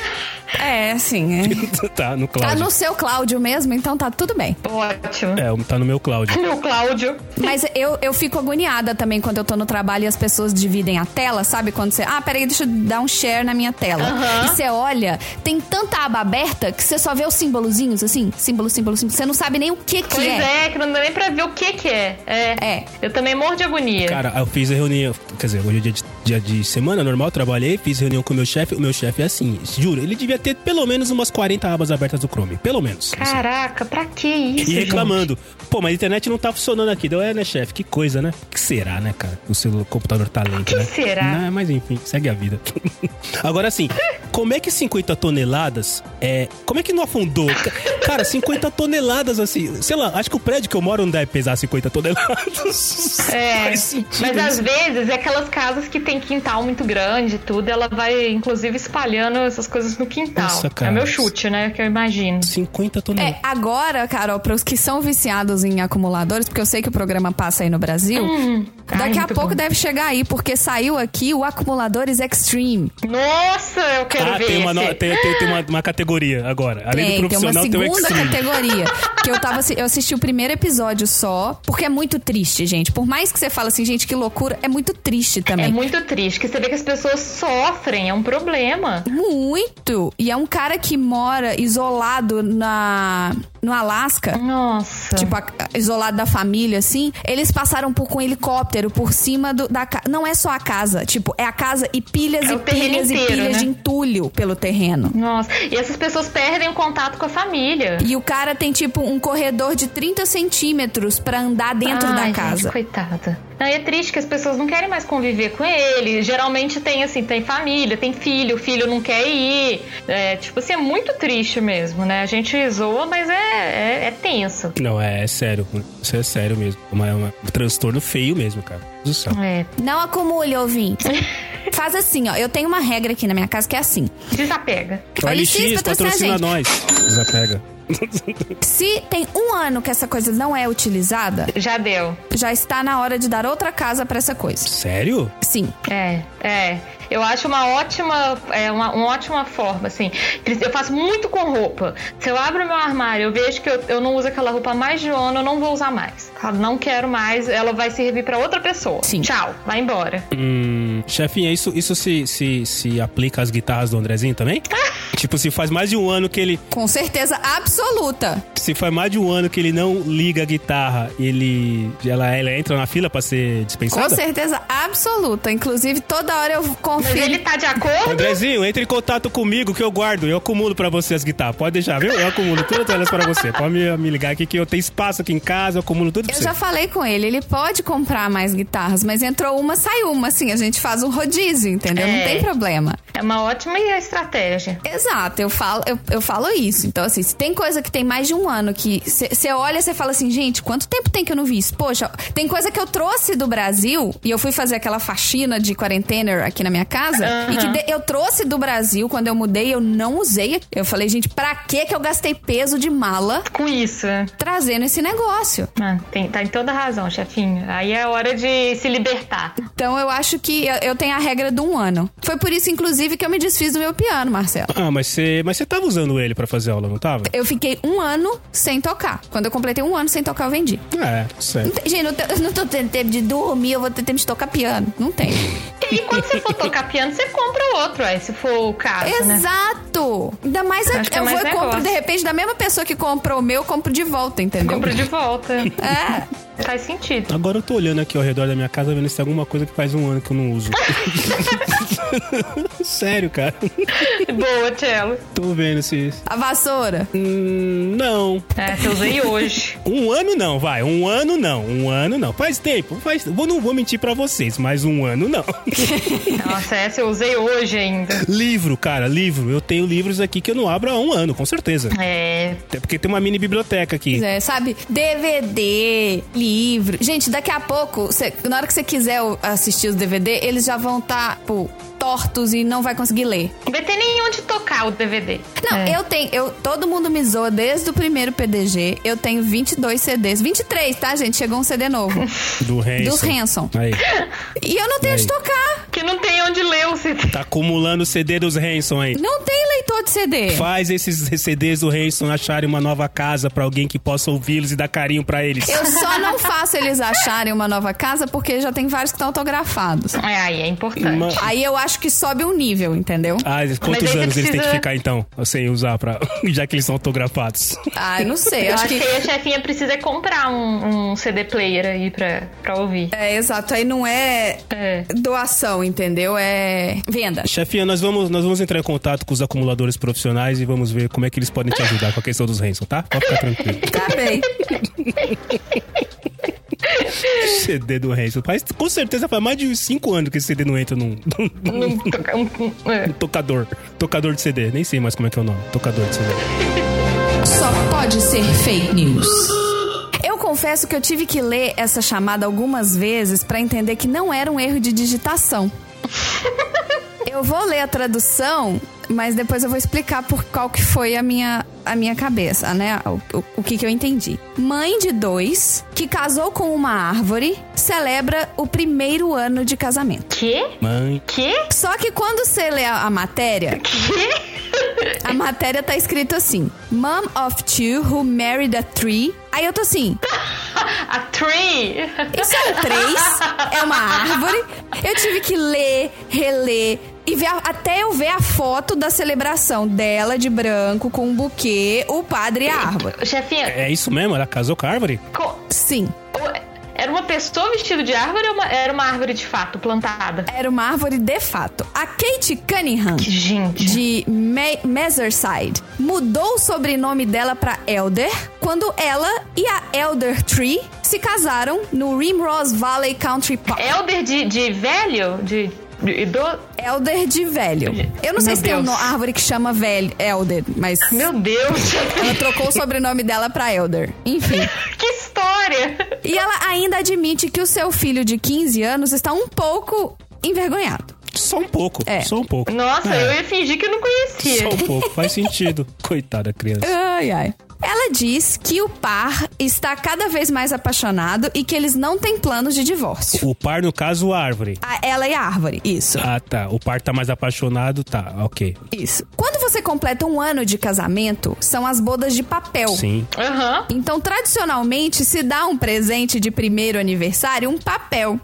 É, assim, é. tá? No cloud. Tá no seu Cláudio mesmo, então tá tudo bem. Ótimo. É, tá no meu cloud. [LAUGHS] Meu Cláudio. Mas eu, eu fico agoniada também quando eu tô no trabalho e as pessoas dividem a tela, sabe? Quando você. Ah, peraí, deixa eu dar um share na minha tela. E você olha, tem tanta aba aberta que você só vê os símbolozinhos, assim, símbolo, símbolo, símbolo. Você não sabe nem o que, que Pois é. que não dá nem pra ver o que que é. É. É. Eu também morro de agonia. Cara, eu fiz a reunião. Quer dizer, hoje é dia de, dia de semana, normal, trabalhei, fiz reunião com o meu chefe. O meu chefe é assim, juro, ele devia ter pelo menos umas 40 abas abertas do Chrome. Pelo menos. Assim. Caraca, pra que isso? E gente? reclamando. Pô, mas a internet não tá funcionando aqui. Deu, é, né, chefe? Que coisa, né? Que será, né, cara? O seu computador tá lento, Que né? será? Não, mas enfim, segue a vida. [LAUGHS] Agora sim, como é que 50 toneladas é. Como é que não afundou? Ca- Cara, 50 toneladas assim. Sei lá, acho que o prédio que eu moro não deve pesar 50 toneladas. [LAUGHS] É, Faz sentido né? mas isso. às vezes é aquelas casas que tem quintal muito grande e tudo, ela vai inclusive espalhando essas coisas no quintal. Nossa, cara. É meu chute, né? Que eu imagino. 50 toneladas. É, agora, Carol, para os que são viciados em acumuladores, porque eu sei que o programa passa aí no Brasil, Hum. Ai, daqui a muito pouco bom. deve chegar aí, porque saiu aqui o Acumuladores Extreme. Nossa, eu quero Ah, ver. tem, uma, no- esse. É tem, tem- tem uma, uma categoria agora. Além do É, Tem, tem uma profissional, tem, o segunda extreme. categoria. que eu tava. assi- Eu assisti o primeiro episódio só, porque é muito triste, gente. Por mais que você fale assim, gente, que loucura, é muito triste É também. muito triste, que você vê que as pessoas sofrem, é um problema. Muito! E é um cara que mora isolado na, no Alasca. Nossa. Tipo, a- isolado da família, assim. Eles passaram por com um helicóptero por cima do, da casa. Não é só a casa, tipo, é a casa e pilhas É e o terreno pilhas e inteiro, pilhas né? de entulho pelo terreno. Nossa. E essas pessoas perdem o contato com a família. E o cara tem, tipo, um corredor de 30 centímetros pra andar dentro Ai, da gente, casa. coitada. Não, e é triste que as pessoas não querem mais conviver com ele. Geralmente tem assim, tem família, tem filho, o filho não quer ir. É, tipo assim, é muito triste mesmo, né? A gente zoa, mas é, é, é tenso. Não, é, é sério. Isso é sério mesmo. É uma- é uma- um transtorno feio mesmo, cara. Meu Deus do Hum. céu. É. Não acumule, [LAUGHS] ouvinte. Faz assim, ó. Eu tenho uma regra aqui na minha casa que é assim. Desapega. OLX, patrocina patrocina a assim, gente. nós. Desapega. Se tem um ano que essa coisa não é utilizada, Já deu. já está na hora de dar outra casa pra essa coisa. Sério? Sim. É, é. Eu acho uma ótima, é uma, uma ótima forma, assim. Eu faço muito com roupa. Se eu abro meu armário, eu vejo que eu, eu não uso aquela roupa há mais de um ano, eu não vou usar mais. Falo, Não quero mais, ela vai servir pra outra pessoa. Sim. Tchau, vai embora. Hum, chefinha, isso, isso se, se, se aplica às guitarras do Andrezinho [LAUGHS] também? tipo, se faz mais de um ano que ele. Com certeza absoluta. Se faz mais de um ano que ele não liga a guitarra, ele. Ela, ela entra na fila pra ser Com dispensada? certeza absoluta. Inclusive, toda hora eu Mas confio. ele tá de acordo? Andrezinho, entre em contato comigo que eu guardo. Eu acumulo pra você as guitarras. Pode deixar, viu? Eu acumulo todas elas pra você. Pode me, me ligar aqui que eu tenho espaço aqui em casa, eu acumulo tudo pra Eu você. já falei com ele, ele pode comprar mais guitarras, mas entrou uma, sai uma, assim, a gente faz um rodízio, entendeu? Não É. tem problema. É uma ótima estratégia. Exato, eu falo, eu, eu falo isso. Então, assim, se tem coisa que tem mais de um ano que você olha e você fala assim, gente, quanto tempo tem que eu não vi isso? Poxa, tem coisa que eu trouxe do Brasil e eu fui fazer aquela faxina de quarentena aqui na minha casa e que de- eu trouxe do Brasil quando eu mudei, eu não usei. Eu falei, gente, pra que que eu gastei peso de mala Com isso, né? trazendo esse negócio? Ah, tem, tá em toda razão, chefinho. Aí é hora de se libertar. Então, eu acho que eu, eu tenho a regra do um ano. Foi por isso, inclusive, que eu me desfiz do meu piano, Marcelo. Ah, mas você mas você tava usando ele pra fazer aula, não tava? Eu fiquei um ano sem tocar. Quando eu completei um ano sem tocar, eu vendi. É, Não certo. tem- Gente, não te- eu não tô tendo tempo de dormir, eu vou ter tempo de tocar piano. Não tem. Né? E quando você [LAUGHS] for tocar piano, você compra outro, aí, se for o caso, né? Exato! Ainda mais a, Acho que é eu vou mais e compro, negócio. de repente, da mesma pessoa que comprou o meu, eu compro de volta, entendeu? Compra de volta. [LAUGHS] É. Faz sentido. Agora eu tô olhando aqui ao redor da minha casa vendo se tem alguma coisa que faz um ano que eu não uso. [LAUGHS] Sério, cara. Boa, Tchelo. Tô vendo se. A vassoura. Hum, não. É, você usei [LAUGHS] hoje. Um ano não, vai. Um ano não. Um ano não. Faz tempo. Faz... Vou, não vou mentir pra vocês, mas um ano não. Nossa, essa eu usei hoje ainda. livro, cara, livro. Eu tenho livros aqui que eu não abro há um ano, com certeza. É. Até porque tem uma mini biblioteca aqui. É, sabe? DVD, livro. Gente, daqui a pouco, cê- na hora que você quiser o- assistir os DVD, eles já vão estar, tipo, tortos e não vai conseguir ler. Não vai ter nem onde tocar o DVD. Não, É. eu tenho. Eu, todo mundo me zoa desde o primeiro PDG. Eu tenho 22 CDs. 23, tá, gente? Chegou um CD [LAUGHS] novo. é. Do Hanson. Dos Hanson. Aí. E eu não tenho Aí. onde tocar. Que não tem onde ler o CD. Tá acumulando CD dos Hanson aí. Não tem leitor de É. CD. Faz esses CDs do Hanson acharem uma nova casa pra alguém que possa ouvi-los e dar carinho pra eles. Eu só não faço eles acharem uma nova casa porque já tem vários que estão autografados. É, aí é importante. Uma- Aí eu acho que sobe um nível, entendeu? Ah, Mas aí quantos você anos eles têm que precisa- ficar então, sem usar pra. [LAUGHS] já que eles são autografados? Ah, eu não sei. Eu Acho acho que que. a chefinha precisa comprar um, um CD player aí pra, pra ouvir. É, exato. Aí não é É. doação, entendeu? É venda. Chefinha, nós vamos, nós vamos entrar em contato com os acumuladores profissionais e vamos ver como é que eles podem [LAUGHS] te ajudar com a questão dos Hanson, tá? Pode ficar tranquilo. Tá bem. [LAUGHS] CD do Hanson. Faz, com certeza faz mais de 5 anos que esse CD não entra num, num Um toca- um- um- é. tocador. Tocador de CD. Nem sei mais como é que é o nome. Tocador de CD. Só pode ser fake news. Eu confesso que eu tive que ler essa chamada algumas vezes pra entender que não era um erro de digitação. Eu vou ler a tradução, mas depois eu vou explicar por qual que foi a minha, a minha cabeça, né? O, o- o que que eu entendi. Mãe de dois, que casou com uma árvore, celebra o primeiro ano de casamento. Quê? Mãe. Quê? Só que quando você lê a, a matéria, Quê? a matéria tá escrito assim: Mom of two who married a tree. Aí eu tô assim, A tree! Isso é um três, é uma árvore. Eu tive que ler, reler, E ver a- até eu ver a foto da celebração dela de branco com um buquê, o padre e a árvore. Chefinha, É isso mesmo? Ela casou com a árvore? co- Sim. o- era uma pessoa vestida de árvore ou uma- era uma árvore de fato plantada? Era uma árvore de fato. A Kate Cunningham, Que gente. de Me Meatherside, mudou o sobrenome dela pra Elder quando ela e a Elder Tree se casaram no Rimrose Valley Country Park. Elder de, de velho? De, de idoso? Elder de velho. Eu não sei Meu se tem uma Deus. árvore que chama velho, Elder, mas Meu Deus, ela trocou o sobrenome dela pra Elder. Enfim. [LAUGHS] que história! E ela ainda admite que o seu filho de 15 anos está um pouco envergonhado. Só um pouco. É. Só um pouco. Nossa, É, eu ia fingir que não Só conhecia. um pouco. Faz [LAUGHS] sentido. Coitada da criança. Ai, ai. Ela diz que o par está cada vez mais apaixonado e que eles não têm planos de divórcio. O par, no caso, a árvore. A- ela e a árvore, isso. Ah, tá. O par tá mais apaixonado, tá. Ok. Isso. Quando você completa um ano de casamento, são as bodas de papel. Sim. Aham. Então, tradicionalmente, se dá um presente de primeiro aniversário, um papel.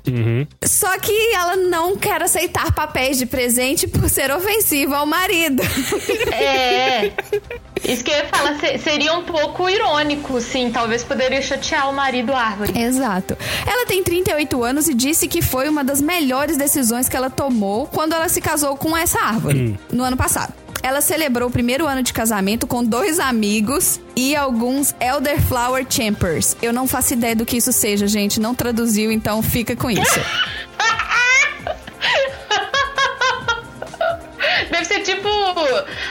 Só que ela não quer aceitar papéis de presente por ser ofensiva ao marido. [LAUGHS] É. [LAUGHS] Isso que eu ia falar se- seria um pouco irônico, sim. Talvez poderia chatear o marido árvore. Exato. Ela tem 38 anos e disse que foi uma das melhores decisões que ela tomou quando ela se casou com essa árvore, no ano passado. Ela celebrou o primeiro ano de casamento com dois amigos e alguns Elderflower Champers. Eu não faço ideia do que isso seja, gente. Não traduziu, então fica com isso. Deve ser tipo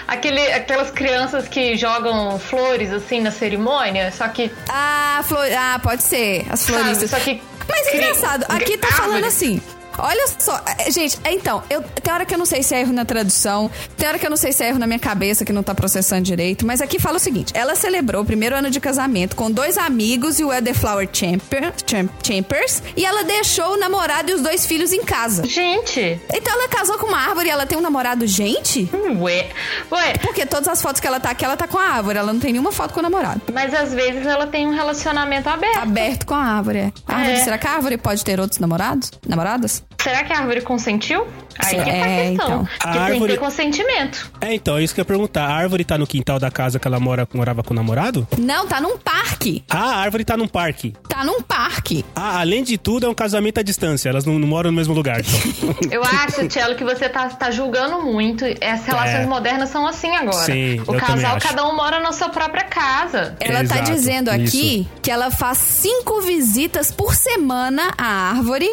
aquele, aquelas crianças que jogam flores assim na cerimônia, só que. Ah, flor... ah pode ser. As floristas. Sabe, só que- Mas é cri- engraçado, aqui tá árvore. falando assim. Olha só, é, gente, é, então, eu, tem hora que eu não sei se é erro na tradução, tem hora que eu não sei se é erro na minha cabeça que não tá processando direito, mas aqui fala o seguinte: ela celebrou o primeiro ano de casamento com dois amigos e o Elderflower Champer, Cham- Champers, e ela deixou o namorado e os dois filhos em casa. Gente, Então ela casou com uma árvore e ela tem um namorado, gente? ué. Ué, Porque todas as fotos que ela tá aqui, ela tá com a árvore, ela não tem nenhuma foto com o namorado. Tá mas às vezes ela tem um relacionamento aberto. Aberto com a árvore. é. A árvore, É. será que a árvore pode ter outros namorados? Namoradas? Será que a árvore consentiu? Aí Sim, que tá a é, então. questão. A Porque tem que árvore- ter consentimento. É, então, é isso que eu ia perguntar. A árvore tá no quintal da casa que ela mora, morava com o namorado? Não, tá num parque. Ah, a árvore tá num parque. Tá num parque. Ah, além de tudo, é um casamento à distância. Elas não, não moram no mesmo lugar. então. Eu [LAUGHS] acho, Tchelo, que você tá, tá julgando muito. As relações É. modernas são assim agora. Sim, eu o também casal, acho. cada um mora na sua própria casa. Ela tá Exato, dizendo aqui que ela faz cinco visitas por semana à árvore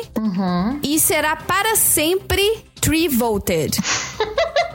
e será para sempre tree voted.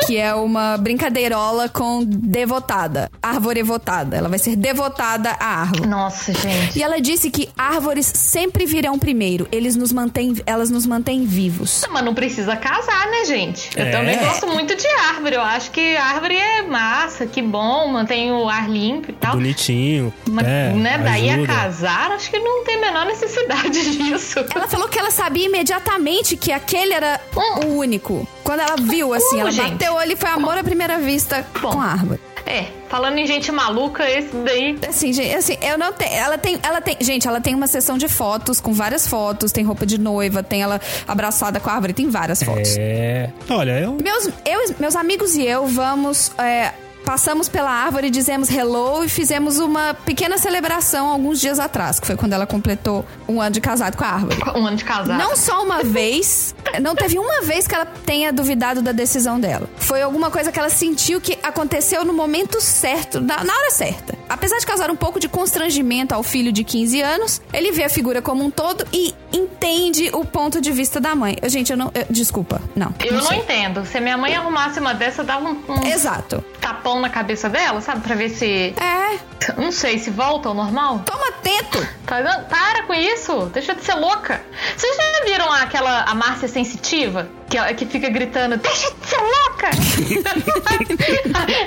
que é uma brincadeirola com devotada. Árvore votada. Ela vai ser devotada à árvore. Nossa, gente. E ela disse que árvores sempre virão primeiro. Eles nos mantêm, elas nos mantêm vivos. Mas não precisa casar, né, gente? Eu É. também gosto muito de árvore. Eu acho que árvore é massa, que bom, mantém o ar limpo e tal. Bonitinho. Mas, é, né, daí a ajuda. casar, acho que não tem a menor necessidade [LAUGHS] disso. Ela falou que ela sabia imediatamente que aquele era o único. Quando ela viu, assim, ela gente? bateu o olho e foi amor à primeira vista Bom. com a árvore. É, falando em gente maluca, esse daí. Assim, gente, assim, eu não tenho. Ela tem. Ela tem. Gente, ela tem uma sessão de fotos com várias fotos. Tem roupa de noiva, tem ela abraçada com a árvore, tem várias fotos. É. Olha, eu. Meus, eu- meus amigos e eu vamos. é, passamos pela árvore, dizemos hello e fizemos uma pequena celebração alguns dias atrás, que foi quando ela completou um ano de casado com a árvore. Um ano de casado. Não só [LAUGHS] uma vez, não teve uma vez que ela tenha duvidado da decisão dela. Foi alguma coisa que ela sentiu que aconteceu no momento certo, na, na hora certa. Apesar de causar um pouco de constrangimento ao filho de 15 anos, ele vê a figura como um todo e entende o ponto de vista da mãe. Eu, Gente, eu não. eu- desculpa, não. Eu não sei. entendo. Se a minha mãe arrumasse uma dessa, eu dava um, um Exato. tapão na cabeça dela, sabe? Pra ver se. É. Não sei, se volta ao normal. Toma atento. Tá, não, para com isso! Deixa de ser louca! Vocês já viram aquela a Márcia sensitiva? Que, ela- que fica gritando, deixa de ser louca!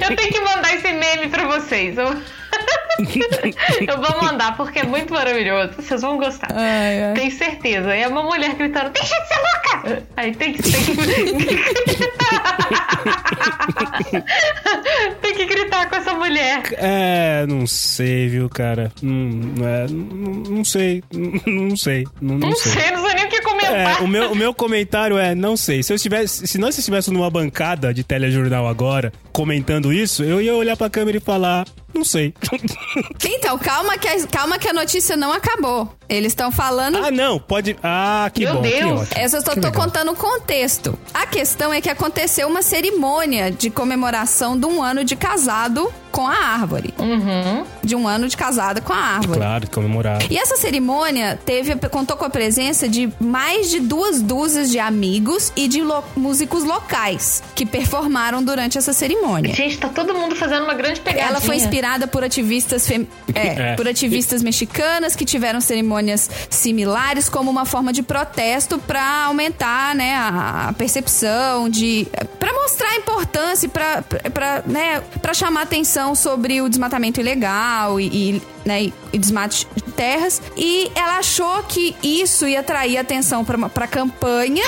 eu tenho que mandar esse meme pra vocês. Eu... [LAUGHS] eu vou mandar, porque é muito maravilhoso. Vocês vão gostar. Ai, ai. Tenho certeza. É uma mulher gritando, deixa de ser louca! Aí tem que, tem que gritar. tem que gritar com essa mulher. É, não sei, viu, cara? Não, não, é, não, não sei. Não, não sei. Não, não Não sei. sei, não sei nem o que É, o, meu, o meu comentário é, não sei. Se eu estivesse, se nós estivéssemos numa bancada de telejornal agora, comentando isso, eu ia olhar pra câmera e falar, não sei. [LAUGHS] Então, calma que a, calma que a notícia não acabou. Eles estão falando. ah, não, pode. Ah, que Meu bom. Que Deus. ótimo. Eu só tô, Que tô legal. contando o contexto. A questão é que aconteceu uma cerimônia de comemoração de um ano de casado com a árvore. De um ano de casada com a árvore. Claro, comemorar. E essa cerimônia teve, contou com a presença de mais de duas dúzias de amigos e de lo- músicos locais que performaram durante essa cerimônia. Gente, tá todo mundo fazendo uma grande pegadinha. Ela foi inspirada por ativistas, fem- é, É. por ativistas mexicanas que tiveram cerimônias similares como uma forma de protesto para aumentar né, a a percepção de. para mostrar a importância, para né, pra chamar atenção sobre o desmatamento ilegal e, e, né, e- e desmate de terras. E ela achou que isso ia atrair atenção para a campanha.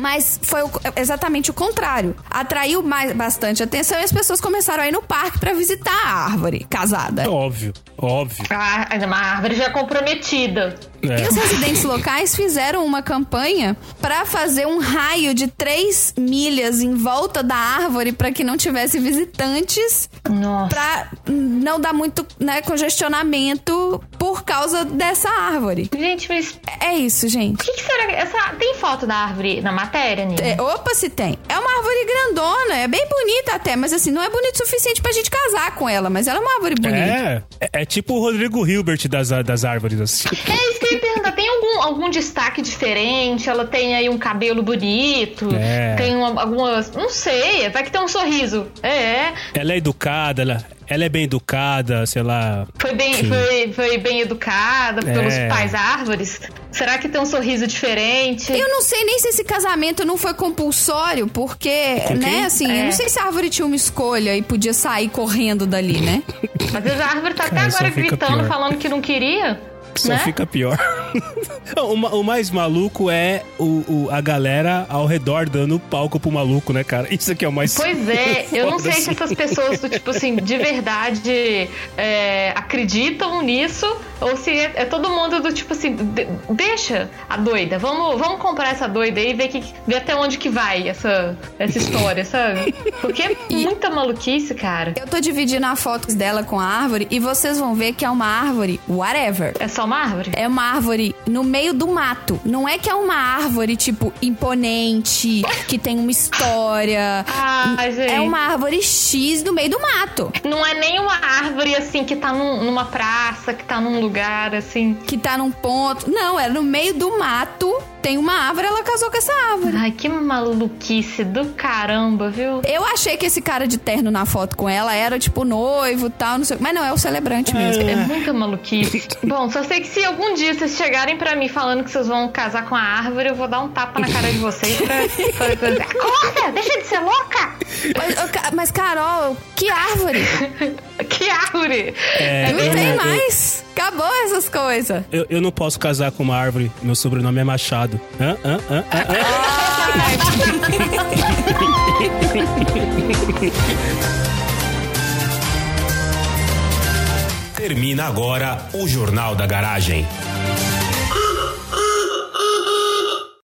Mas foi o- exatamente o contrário. Atraiu mais, bastante atenção e as pessoas começaram a ir no parque pra visitar a árvore casada. Óbvio, óbvio. Ah, ainda uma árvore já comprometida. E É. os residentes locais fizeram uma campanha pra fazer um raio de 3 milhas em volta da árvore pra que não tivesse visitantes, Nossa. pra não dar muito né, congestionamento por causa dessa árvore. Gente, mas o É isso, gente. que, que será que. Essa... Tem foto da árvore na matéria, Nina? É, opa, se tem. É uma árvore grandona, é bem bonita até, mas assim, não é bonito o suficiente pra gente casar com ela, mas ela é uma árvore bonita. É, é- é tipo o Rodrigo Hilbert das, das árvores. assim. É isso que eu ia perguntar. Tem algum, algum destaque diferente? Ela tem aí um cabelo bonito? É. Tem uma- algumas. Não sei, vai que tem um sorriso. É. Ela é educada, ela, ela é bem educada, sei lá. Foi bem, Sim. foi, foi bem educada pelos É. pais árvores? Será que tem um sorriso diferente? Eu não sei nem se esse casamento não foi compulsório, porque, Com quem? né, assim, eu não sei se a árvore tinha uma escolha e podia sair correndo [LAUGHS] dali, né? Às vezes a árvore tá até Cara, agora só fica gritando, pior. falando que não queria. Só né? fica [LAUGHS] pior. o, ma- o mais maluco é o, o- a galera ao redor dando palco pro maluco, né, cara? Isso aqui é o mais. Pois é, eu não sei se Foda-se. essas pessoas do tipo assim, de verdade é, acreditam nisso, ou se é, é todo mundo do tipo assim, de- deixa a doida, vamos, vamos comprar essa doida aí e ver, que, ver até onde que vai essa, essa história, sabe? Porque é muita maluquice, cara. Eu tô dividindo a foto dela com a árvore e vocês vão ver que é uma árvore whatever. É só uma árvore? É uma árvore no meio do mato. Não é que é uma árvore, tipo, imponente, que tem uma história. Ah, gente. É uma árvore X no meio do mato. Não é nem uma árvore assim que tá num- numa praça, que tá num lugar assim. Que tá num ponto. Não, era no meio do mato. Tem uma árvore, ela casou com essa árvore. Ai, que maluquice do caramba, viu? Eu achei que esse cara de terno na foto com ela era tipo noivo tal, não sei. o quê. Mas não, é o celebrante mesmo. É muita maluquice. Bom, só sei que se algum dia vocês chegarem pra mim falando que vocês vão casar com a árvore, eu vou dar um tapa na cara de vocês pra pra- pra- Acorda! Deixa de ser louca! Mas, ô, ca- mas, Carol, que árvore? Que árvore! É, não eu tem eu- mais. Acabou essas coisas. Eu, eu não posso casar com uma árvore. Meu sobrenome é Machado. Hã? Hã? Hã? Hã? Hã? Termina agora o Jornal da Garagem.